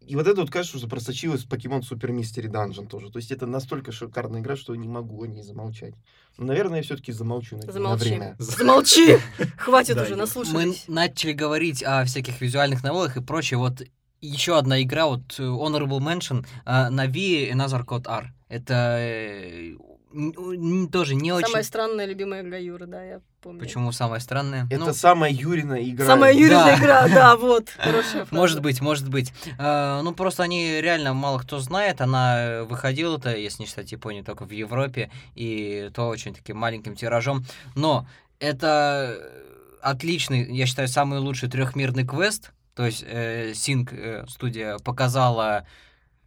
И вот это вот, конечно, уже просочилось в Pokemon Super Mystery Dungeon тоже. То есть это настолько шикарная игра, что не могу о ней замолчать. Но, наверное, я все-таки замолчу на, на Замолчи. время. Замолчи! Хватит Да, уже, я- наслушались. Мы начали говорить о всяких визуальных новеллах и прочее. Вот еще одна игра, вот э, Honorable Mention, э, Navi Another Code R. Это э, н- н- тоже не Самая очень... странная любимая игра Юры, да, я помню. Почему самая странная? Это Ну, самая Юрина игра. Самая Юрина Да. игра, да, вот. Хорошая фраза. Может быть, может быть. Э, ну, просто они реально мало кто знает. Она э, выходила-то, если не считать Японию, только в Европе. И то очень таким маленьким тиражом. Но это э, отличный, я считаю, самый лучший трехмирный квест. То есть э, Sync э, студия показала,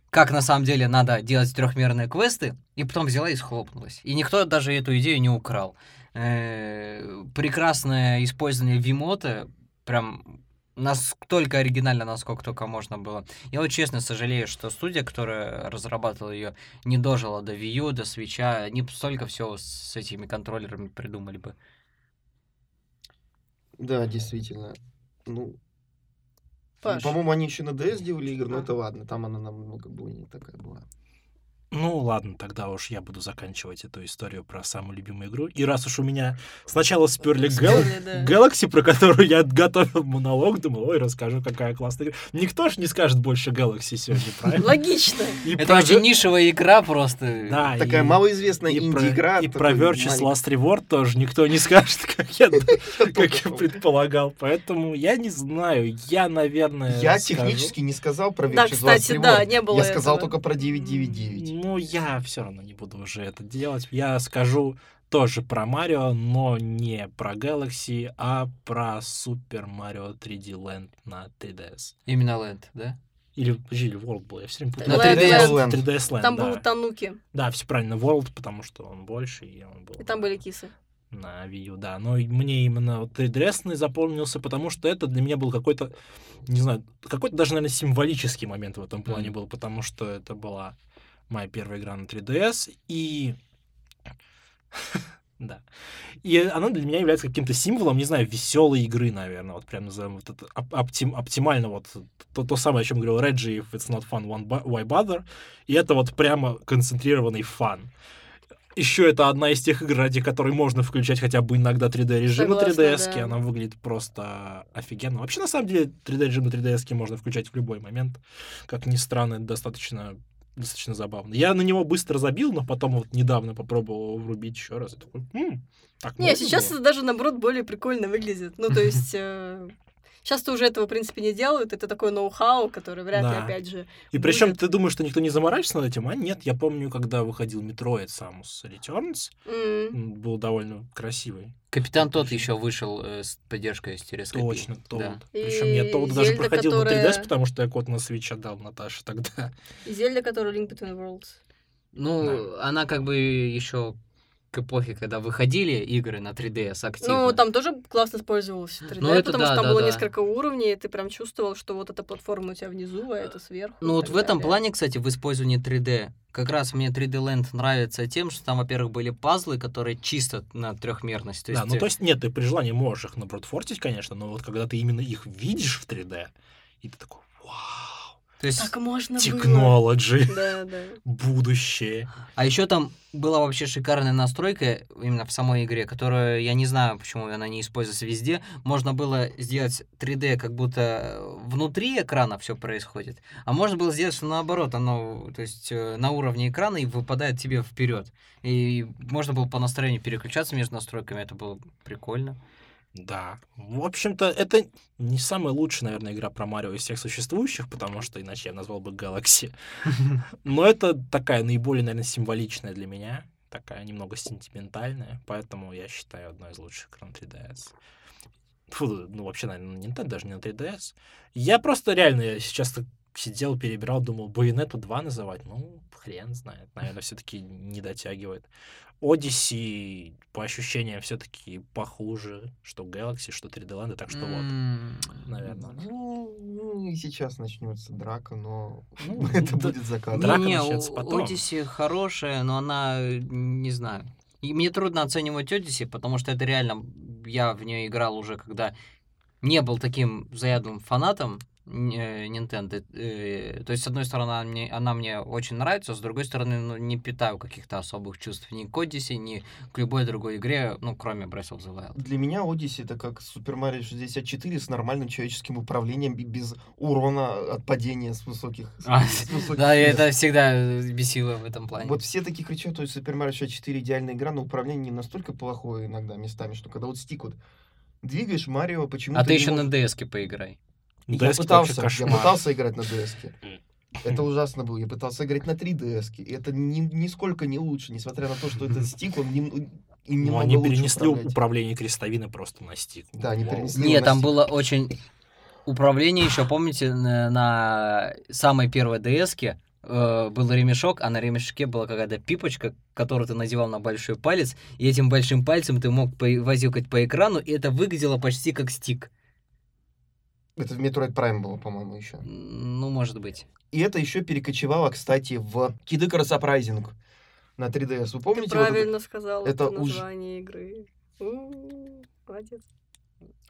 как на самом деле надо делать трехмерные квесты, и потом взяла и схлопнулась. И никто даже эту идею не украл. Э, прекрасное использование вимота, прям настолько оригинально, насколько только можно было. Я вот честно сожалею, что студия, которая разрабатывала ее, не дожила до Wii U, до свеча. Они б столько всего с этими контроллерами придумали бы. Да, действительно. Ну, Паш, по-моему, они еще на DS делали игры, но А. ну, это ладно. Там она намного более такая была. Ну ладно, тогда уж я буду заканчивать эту историю про самую любимую игру. И раз уж у меня сначала сперли Gal- Galaxy, про которую я готовил монолог, думал, ой, расскажу, какая классная игра. Никто ж не скажет больше Galaxy сегодня, правильно? Логично. И Это про очень Ver- нишевая игра просто. Да, Такая А и- малоизвестная и про- инди-игра. И такой про Virtuous маленький. Last Reward тоже никто не скажет, как я Я тоже как я думал. предполагал. Поэтому я не знаю. Я, наверное, Я Э, скажу- технически не сказал про Virtuous Да, Last кстати, Reward. да, не было Я сказал этого. только про 999. Ну, я все равно не буду уже это делать. Я скажу тоже про Марио, но не про Galaxy, а про Super Mario 3D Land на 3DS. Именно Лэнд, да? Или, подожди, или World был, я все время На путаю. 3DS. Land. 3DS Land, Там да. был Тануки, Да, все правильно, World, потому что он больше, и он был... и там были кисы. на Wii U, да. Но и мне именно вот 3DS-ный запомнился, потому что это для меня был какой-то, не знаю, какой-то даже, наверное, символический момент в этом плане Мгм. был, потому что это была моя первая игра на 3DS, и... Да. И она для меня является каким-то символом, не знаю, веселой игры, наверное, вот прям назовем вот это оп- оптим- оптимально вот то, то самое, о чем говорил Реджи, if it's not fun, one bu- why bother, и это вот прямо концентрированный фан. Еще это одна из тех игр, ради которой можно включать хотя бы иногда 3D-режим на Согласна, 3DS, да. она выглядит просто офигенно. Вообще, на самом деле, 3D-режим на 3DS можно включать в любой момент. Как ни странно, это достаточно достаточно забавно. Я на него быстро забил, но потом вот недавно попробовал его врубить еще раз. И такой, «М, Ну, так Не, можно сейчас было?» это даже, наоборот, более прикольно выглядит. Ну, то есть... Сейчас-то уже этого, в принципе, не делают. Это такое ноу-хау, которое вряд ли, Да. опять же... И причем будет. ты думаешь, что никто не заморачивается над этим, а нет. Я помню, когда выходил Metroid Samus Returns, м, он был довольно красивый. Капитан Тот еще вышел э, с поддержкой стереоскопии. Точно, Тоуд. Да. Причем я И Тоуд даже Зельда, проходил на 3DS, которая- потому что я код на Switch отдал Наташе тогда. И Зельда, которая Link Between Worlds. Ну, она как бы еще к эпохе, когда выходили игры на 3DS активно. Ну, там тоже классно использовалось 3D, Типа. Ну, это потому да, что там да, было да. несколько уровней, и ты прям чувствовал, что вот эта платформа у тебя внизу, а это сверху. и Ну вот так в этом далее. плане, кстати, в использовании 3D, как раз мне 3D Land нравится тем, что там, во-первых, были пазлы, которые чисто на трехмерность. То есть, Да, ну э, то есть нет, ты при желании можешь их напротфортить, конечно, но вот когда ты именно их видишь в 3D, и ты такой, вау, то есть- Так можно было. технологи, Да, да. будущее. А еще там была вообще шикарная настройка именно в самой игре, которую я не знаю, почему она не используется везде. Можно было сделать 3D, как будто э, внутри экрана все происходит, а можно было сделать, что наоборот, оно, то есть э, на уровне экрана и выпадает тебе вперед. И можно было по настроению переключаться между настройками, это было прикольно. Да. В общем-то, это не самая лучшая, наверное, игра про Марио из всех существующих, потому что иначе я назвал бы Galaxy. Но это такая наиболее, наверное, символичная для меня, такая немного сентиментальная, поэтому я считаю одной из лучших игр на 3DS. Фу, ну вообще, наверное, на Nintendo, даже не на 3DS. Я просто реально я сейчас так сидел, перебирал, думал, Байонету 2 называть, ну, хрен знает, наверное, все-таки не дотягивает. Odyssey, по ощущениям, все-таки похуже, что Galaxy, что 3D Land, так что вот. М, наверное. Ну, ну, и сейчас начнется драка, но Ну, это да. будет за кадром. Драка не, начнется у- потом. Odyssey хорошая, но она, э, не знаю. И мне трудно оценивать Odyssey, потому что это реально, я в нее играл уже, когда не был таким заядлым фанатом н- э, Nintendo. Э, То есть, с одной стороны, она мне, она мне очень нравится, с другой стороны, ну, не питаю каких-то особых чувств ни к Odyssey, ни к любой другой игре, ну, кроме Breath of the Wild. Для меня Odyssey это как Супер Марио 64 с нормальным человеческим управлением и без урона от падения с высоких... с- А, с высоких Да, и мест. это всегда э, бесило в этом плане. Вот все такие кричат, то есть Супер Марио 64 идеальная игра, но управление настолько плохое иногда местами, что когда вот стик вот двигаешь Марио, почему а ты еще на ds поиграй. Я DS-ки вообще пытался, я кошмар. пытался играть на ds Это ужасно было. Я пытался играть на 3DS. -ке, И это ни, нисколько не лучше, несмотря на то, что этот стик, он нем- и Ну, немного они лучше перенесли управлять. управление крестовины просто на стик. Да, они Вау. перенесли. Не, Сделано там с- было очень управление еще, помните, на, на самой первой ds э, был ремешок, а на ремешке была какая-то пипочка, которую ты надевал на большой палец, и этим большим пальцем ты мог по- возюкать по экрану, и это выглядело почти как стик. Это в Metroid Prime было, по-моему, еще. М, Ну, может быть. И это еще перекочевало, кстати, в Kid Icarus Uprising на 3DS. Вы Ты помните? вот этот- правильно сказал это это, уж- название игры. У, Молодец.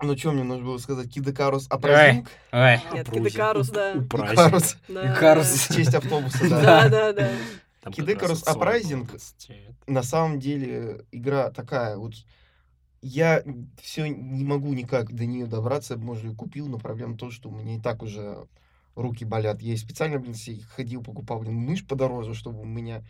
Ну, что мне нужно было сказать? Kid Icarus Ой. Uprising? Нет, А, Абрузия. Кидыкарус, да. Упразник. Icarus. Да, Икарус. В честь автобуса, да. Да, да, да. Там Kid как раз Icarus от 40 до Uprising. 20. на самом деле игра такая вот я все не могу никак до нее добраться, я бы, может, и купил, но проблема в том, что у меня и так уже руки болят. Я и специально, блин, себе ходил, покупал, блин, мышь подороже, чтобы у меня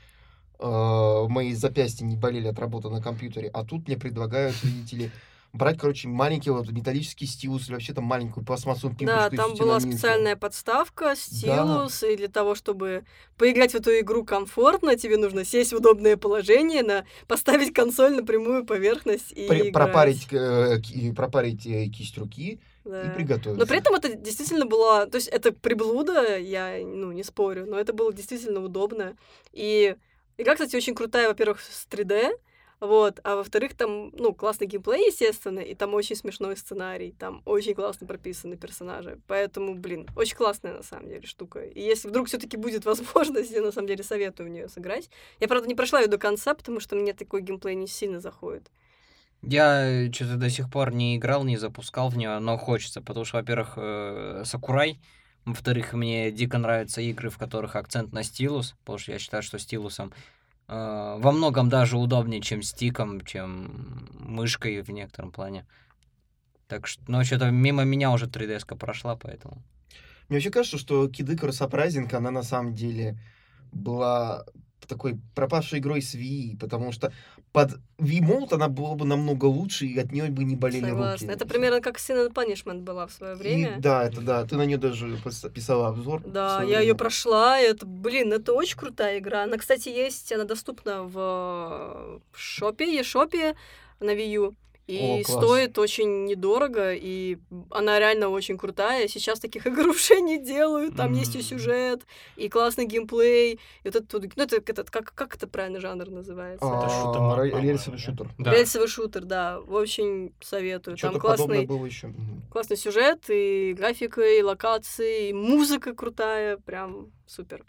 э, мои запястья не болели от работы на компьютере. А тут мне предлагают, видите ли, брать, короче, маленький вот металлический стилус или вообще там маленькую пластмассовую Да, пипочку из там была утиломинки. специальная подставка, стилус, и для того, чтобы поиграть в эту игру комфортно, тебе нужно сесть в удобное положение, на... поставить консоль на прямую поверхность и При- играть. пропарить, э, ки- пропарить э, кисть руки Да. и приготовить. Но при этом это действительно было... То есть это приблуда, я ну, не спорю, но это было действительно удобно. И игра, кстати, очень крутая, во-первых, с 3D, вот, а во-вторых, там, ну, классный геймплей, естественно, и там очень смешной сценарий, там очень классно прописаны персонажи, поэтому, блин, очень классная, на самом деле, штука. И если вдруг все таки будет возможность, я, на самом деле, советую в нее сыграть. Я, правда, не прошла ее до конца, потому что мне такой геймплей не сильно заходит. Я что-то до сих пор не играл, не запускал в нее, но хочется, потому что, во-первых, э, Сакурай, во-вторых, мне дико нравятся игры, в которых акцент на стилус, потому что я считаю, что стилусом э, во многом даже удобнее, чем стиком, чем мышкой в некотором плане. Так что, ну, что-то мимо меня уже 3DS-ка прошла, поэтому... Мне вообще кажется, что Kid Icarus Uprising, она на самом деле была такой пропавшей игрой с Wii, потому что под Wiimote она была бы намного лучше, и от нее бы не болели Согласна. руки. Это примерно как Sin and Punishment была в свое И время. да, это да. Ты на нее даже пос- писала обзор. в Да, своё я время. ее прошла. и Это, блин, это очень крутая игра. Она, кстати, есть, она доступна в э, шопе, Ешопе на Wii U. И О, класс. стоит очень недорого, и она реально очень крутая. Сейчас таких игр уже не делают. Там есть и М. сюжет, и классный геймплей, и вот этот, вот- ну, это, этот, как, как это правильно жанр называется? А, Это шутер, да, рей- по-моему, рельсовый да? шутер. Да. Рельсовый шутер, да. Очень советую. Что-то Там подобное классный было еще. классный сюжет, и графика, и локации, и музыка крутая, прям супер.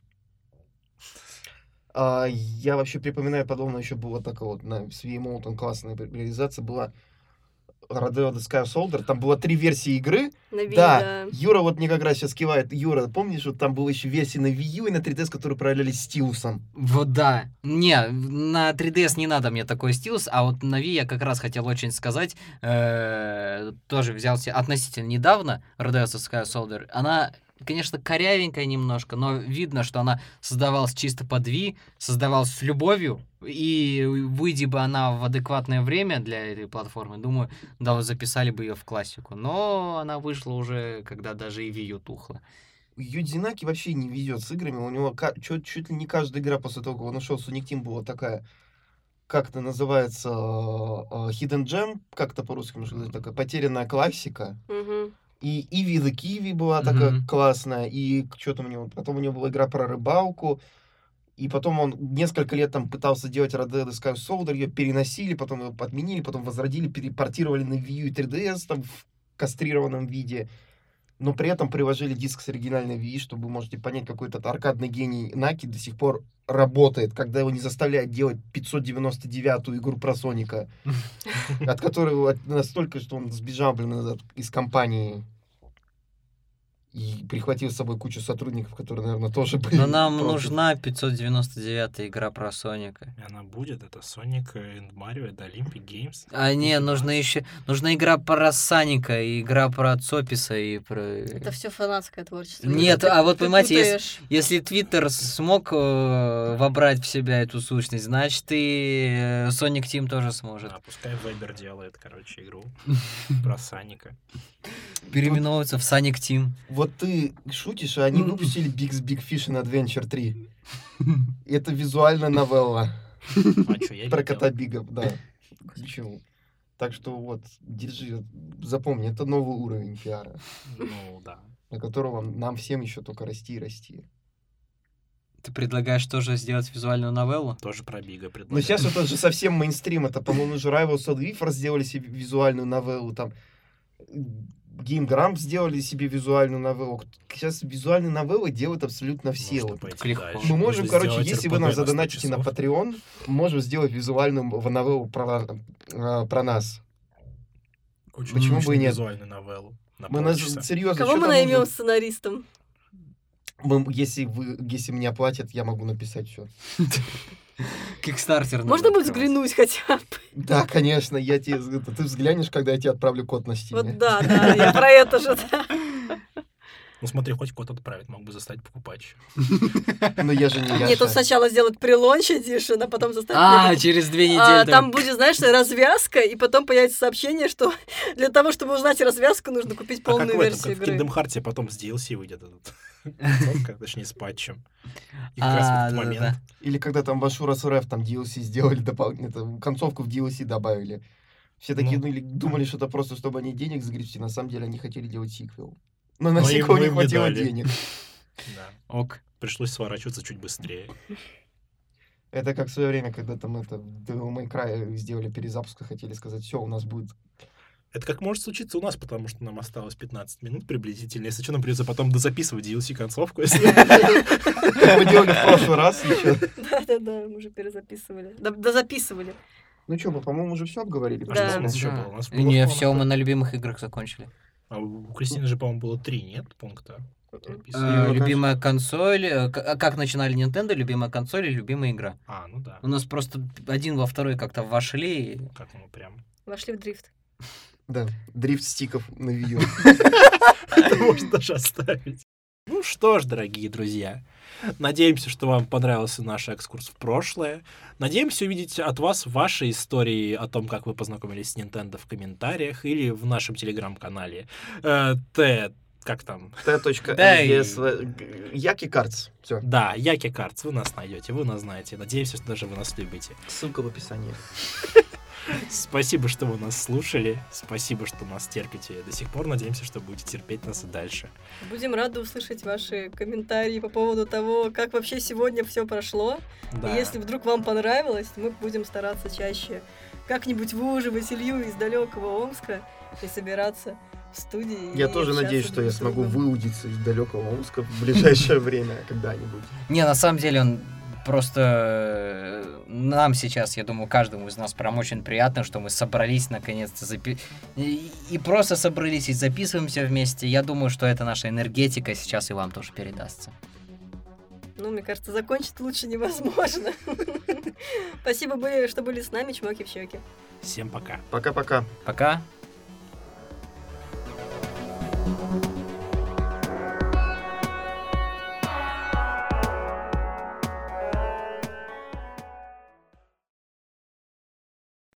А, я вообще припоминаю, подобное еще было такое вот на с Wiimote, там классная ре- реализация была Rodeo the Sky Soldier. Там было три версии игры. На Wii, Да, да. Юра вот мне как раз сейчас кивает. Юра, помнишь, вот там была еще версия на Wii U и на 3DS, которые параллелились стилусом? Вот да. Не, на 3DS не надо мне такой стилус, а вот на Wii я как раз хотел очень сказать, э, тоже взялся относительно недавно, Rodeos Sky Soldier, она конечно, корявенькая немножко, но видно, что она создавалась чисто под Wii, создавалась с любовью, и выйди бы она в адекватное время для этой платформы, думаю, да, вот записали бы ее в классику. Но она вышла уже, когда даже и Wii U тухла. Юдзинаки вообще не везет с играми. У него ка- чё- чуть, ли не каждая игра после того, как он ушел с Уник Тим, была такая, как это называется, э, э, Hidden Gem, как-то по-русски можно сказать, такая потерянная классика. Мгм. И Иви the Киви была такая Мгм. классная, и что там у него, потом у него была игра про рыбалку, и потом он несколько лет там пытался делать Red Dead Sky Soldier, ее переносили, потом ее отменили, потом возродили, перепортировали на Wii U и 3DS там в кастрированном виде, но при этом приложили диск с оригинальной Wii, чтобы вы можете понять, какой этот аркадный гений Наки до сих пор работает, когда его не заставляют делать 599-ю игру про Соника, от которой от- настолько, что он сбежал, блин, из- из компании и прихватил с собой кучу сотрудников, которые, наверное, тоже были. Но нам против. нужна 599 игра про Соника. И Она будет, это Sonic and Mario, это Olympic Games. А не, нужна еще нужна игра про Саника, и игра про Цописа и про. Это все фанатское творчество. Нет, а вот Ты понимаете, если, путаешь. если Твиттер смог э, вобрать в себя эту сущность, значит и Соник Тим тоже сможет. А пускай Вебер делает, короче, игру про Саника. Переименовываться в Саник Тим. Вот ты шутишь, а они выпустили Big's Big Fish and Adventure 3. Это визуально новелла. А чё, я не Про делал. кота Бига, да. Почему? Так что вот, держи, запомни, это новый уровень пиара, Ну, да. на которого нам всем еще только расти и расти. Ты предлагаешь тоже сделать визуальную новеллу? Тоже про Бига Но предлагаю. Ну, сейчас это же совсем мейнстрим, это, по-моему, уже Rivals of the Reef сделали себе визуальную новеллу, там, Game Grumps сделали себе визуальную новеллу. Сейчас визуальные новеллы делают абсолютно все. Можно Вот пойти клик. дальше. Мы Ну, можем, Можно короче, сделать если РПГ вы нам на 100 задонатите на часов. Patreon, можем сделать визуальную м- новеллу про, э, про нас. Очень Почему бы и скучную нет? визуальную новеллу. На Мы нас полчаса. серьезно. Кого чё мы там нужно? наймем сценаристом? Мы- Мм, если, вы, если мне оплатят, я могу написать все. Кикстартер. Можно бы будет взглянуть хотя бы? Да, конечно, я тебе... взг- Ты взглянешь, когда я тебе отправлю код на стене. Вот да, да, я про это же. да. Ну смотри, хоть код отправить, мог бы заставить покупать. ещё. Но я же не Яша. Нет, ну, он сначала сделает прелонч Edition, а потом заставит... А, меня- через две А, недели. там будет, знаешь, развязка, и потом появится сообщение, что для того, чтобы узнать развязку, нужно купить А полную какой там, версию как в игры. Kingdom Hearts потом с DLC выйдет этот концовка, точнее с патчем. И как раз в А, да-да-да. этот момент. Или когда там в Ашурас РФ там DLC сделали дополнительно, там, концовку в DLC добавили. Все такие Ну. ну, или думали, что это просто, чтобы они денег загребти, на самом деле они хотели делать сиквел. Но Но на им- но сиквел не им не хватило дали. денег. Да. Ок. Пришлось сворачиваться чуть быстрее. Это как в свое время, когда там это Devil May Cry сделали перезапуск, и хотели сказать, все, у нас будет... Это как может случиться у нас, потому что нам осталось 15 минут приблизительно. Если что, нам придется потом дозаписывать DLC-концовку. Как мы делали в прошлый раз еще. Да-да-да, мы уже перезаписывали. Да, да записывали. Ну что, мы, по-моему, уже все обговорили. А что Да. у нас еще Да. было? У нас было Не, что у все, нас мы было? на любимых играх закончили. А у Кристины же, по-моему, было три, нет, пункта? Э, вот Любимая консоль, э, к- а как начинали Nintendo, любимая консоль и любимая игра. А, ну да. У нас просто один во второй как-то вошли. и- Как мы прям. Вошли в дрифт. Да, дрифт стиков на видео. Это можно даже оставить. Ну что ж, дорогие друзья, надеемся, что вам понравился наш экскурс в прошлое. Надеемся увидеть от вас ваши истории о том, как вы познакомились с Nintendo в комментариях или в нашем телеграм-канале. Э, Т... Как там? Да и- Яки Картс. Все, Да, Яки Картс, вы нас найдете, вы нас знаете. Надеемся, что даже вы нас любите. ссылка в описании. Спасибо, что вы нас слушали. Спасибо, что нас терпите до сих пор. Надеемся, что будете терпеть нас и дальше. Будем рады услышать ваши комментарии по поводу того, как вообще сегодня все прошло. Да. И если вдруг вам понравилось, мы будем стараться чаще как-нибудь выуживать Илью из далекого Омска и собираться в студии. Я и тоже общаться надеюсь, что друг я с смогу другом. выудиться из далекого Омска в ближайшее время когда-нибудь. Не, на самом деле он просто э, нам сейчас, я думаю, каждому из нас прям очень приятно, что мы собрались наконец-то запи- и, и просто собрались и записываемся вместе. Я думаю, что это наша энергетика сейчас и вам тоже передастся. Ну, мне кажется, закончить лучше невозможно. Спасибо, были- что были с нами, чмоки в щеки. Всем пока. Пока-пока. Пока.